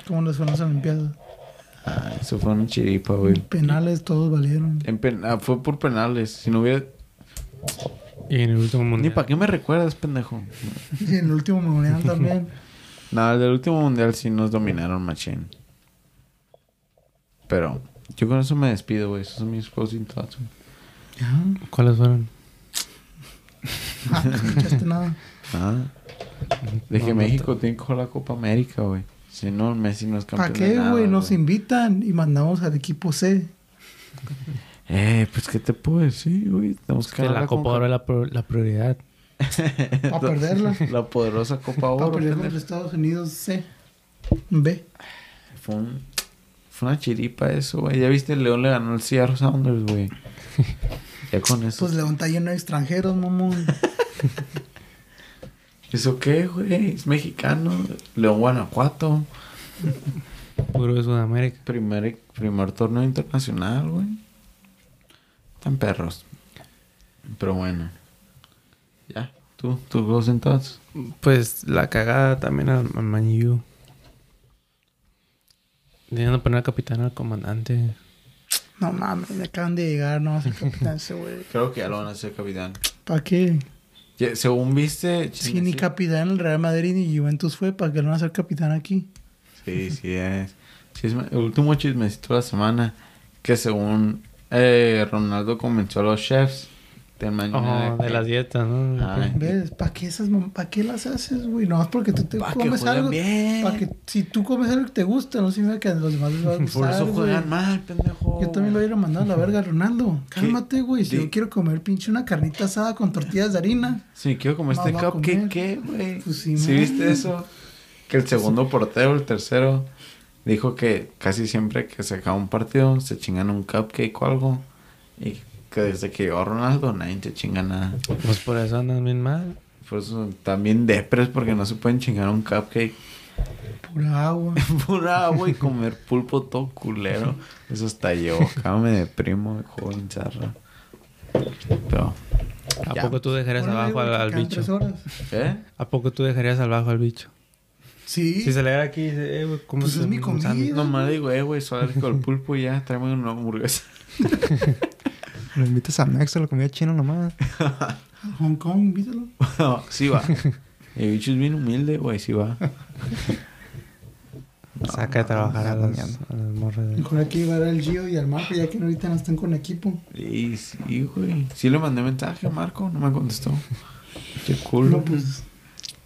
Speaker 1: Como los fueron las Olimpiadas.
Speaker 2: Ah, eso fue un chiripa, güey.
Speaker 1: Penales todos
Speaker 2: *laughs*
Speaker 1: valieron.
Speaker 2: En pen- ah, fue por penales. Si no hubiera...
Speaker 3: Y en el último
Speaker 2: Ni
Speaker 3: mundial.
Speaker 2: para qué me recuerdas, pendejo.
Speaker 1: Y en el último mundial
Speaker 2: *laughs*
Speaker 1: también.
Speaker 2: Nada, del último mundial sí nos dominaron, machín. Pero yo con eso me despido, güey. Esos son mis closing thoughts, güey.
Speaker 1: Ya,
Speaker 3: ¿Cuáles fueron?
Speaker 1: Ah, no escuchaste nada.
Speaker 2: Ah. De
Speaker 3: No,
Speaker 2: que
Speaker 3: no
Speaker 2: México tiene que jugar la Copa América, güey. Si no, Messi no es
Speaker 1: ¿Para
Speaker 2: campeón. de
Speaker 1: qué,
Speaker 2: nada,
Speaker 1: güey? Nos invitan y mandamos al equipo C.
Speaker 2: Eh, pues qué te puedo decir, güey. Tenemos que
Speaker 3: Que
Speaker 2: ganar
Speaker 3: la Copa
Speaker 2: Conca-
Speaker 3: ahora es la, pro- la prioridad.
Speaker 2: *laughs*
Speaker 1: Para perderla.
Speaker 2: La poderosa Copa
Speaker 1: Para
Speaker 2: Oro.
Speaker 1: perder contra
Speaker 2: pendejo.
Speaker 1: Estados Unidos C. B.
Speaker 2: Fue, un- fue una chiripa eso, güey. Ya viste, el León le ganó el Seattle Sounders, güey. ya con eso.
Speaker 1: Pues León está lleno de extranjeros, mamón.
Speaker 2: ¿Eso qué, güey? Es mexicano. León Guanajuato.
Speaker 3: Puro de Sudamérica.
Speaker 2: Primer, primer torneo internacional, güey. Están perros. Pero bueno. Ya, tú, tus dos entonces.
Speaker 3: Pues la cagada también al al Man U. Teniendo poner al capitán al comandante.
Speaker 1: No mames, me acaban de llegar, no va a ser capitán ese, güey.
Speaker 2: Creo que ya lo van a hacer capitán.
Speaker 1: ¿Para qué?
Speaker 2: Ya, según viste.
Speaker 1: Si
Speaker 2: chin-
Speaker 1: ni
Speaker 2: sí.
Speaker 1: capitán el Real Madrid ni Juventus fue, ¿para qué lo van a hacer capitán aquí?
Speaker 2: Sí, sí es. Chisme- el último chismecito de la semana. Que según eh, Ronaldo convenció a los chefs del mañana.
Speaker 3: Oh, de las dietas, ¿no?
Speaker 2: Ay.
Speaker 1: ¿Ves? ¿Para qué esas mam- ¿Para qué las haces, güey? No, es porque tú te
Speaker 2: Pa' que
Speaker 1: comes
Speaker 2: jueguen
Speaker 1: algo.
Speaker 2: bien.
Speaker 1: Para que si tú comes algo que te gusta, no significa que a los demás les va a gustar.
Speaker 2: *laughs* Por eso
Speaker 1: güey.
Speaker 2: juegan mal, pendejo.
Speaker 1: Yo también lo voy a ir a mandar a la verga, Ronaldo.
Speaker 2: ¿Qué?
Speaker 1: Cálmate, güey. Si
Speaker 2: Di-
Speaker 1: yo quiero comer pinche una carnita asada con tortillas de harina.
Speaker 2: Si quiero comer
Speaker 1: No
Speaker 2: este
Speaker 1: va a
Speaker 2: cupcake,
Speaker 1: comer.
Speaker 2: ¿qué, güey?
Speaker 1: Pues sí,
Speaker 2: si ¿Sí
Speaker 1: man.
Speaker 2: viste eso? Que el segundo portero, el tercero, dijo que casi siempre que se acaba un partido se chingan un cupcake o algo. Y que desde que llegó Ronaldo nadie te chinga nada.
Speaker 3: Pues por eso andan bien mal.
Speaker 2: Por eso también depres porque no se pueden chingar un cupcake. *laughs*
Speaker 1: Pura agua.
Speaker 2: Pura agua y comer pulpo todo culero. Eso está yo. Acá me deprimo, me joven charra. Pero,
Speaker 3: ¿A
Speaker 2: Ya.
Speaker 3: poco tú dejarías
Speaker 1: Ponle,
Speaker 3: abajo
Speaker 1: güey,
Speaker 3: al,
Speaker 1: que
Speaker 3: al
Speaker 1: quedan tres
Speaker 3: bicho?
Speaker 1: horas.
Speaker 2: ¿eh?
Speaker 3: ¿A poco tú dejarías al bajo al bicho?
Speaker 1: Sí.
Speaker 3: Si se le da aquí, dice, eh, güey, ¿cómo
Speaker 1: Pues
Speaker 3: se
Speaker 1: es mi
Speaker 3: un
Speaker 1: comida.
Speaker 3: sándwich?
Speaker 2: Nomás digo, eh, güey, soy alérgico al pulpo y ya, tráeme una hamburguesa. *laughs*
Speaker 4: Lo invitas a Max a la comida
Speaker 2: *laughs*
Speaker 4: china nomás.
Speaker 1: Al Hong Kong, invítalo.
Speaker 2: No, sí va. El bicho es bien humilde, güey, sí va.
Speaker 3: Saca
Speaker 1: Ah,
Speaker 3: de trabajar a
Speaker 1: pues,
Speaker 4: no,
Speaker 3: las,
Speaker 4: no.
Speaker 3: a las morras. de-
Speaker 1: Mejor hay que llevar al Gio y al Marco, ya que ahorita no están con equipo.
Speaker 2: Y sí, güey. Sí le mandé mensaje a Marco, no me contestó. Qué
Speaker 1: No,
Speaker 2: culo.
Speaker 1: pues.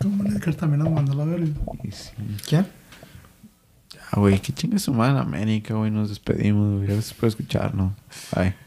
Speaker 1: Como Edgar también nos mandó la verga.
Speaker 2: Y sí. Ah,
Speaker 4: ¿Quién?
Speaker 2: Ya, güey, qué chinga su madre América, güey. Nos despedimos, güey. Gracias por escucharnos. Bye.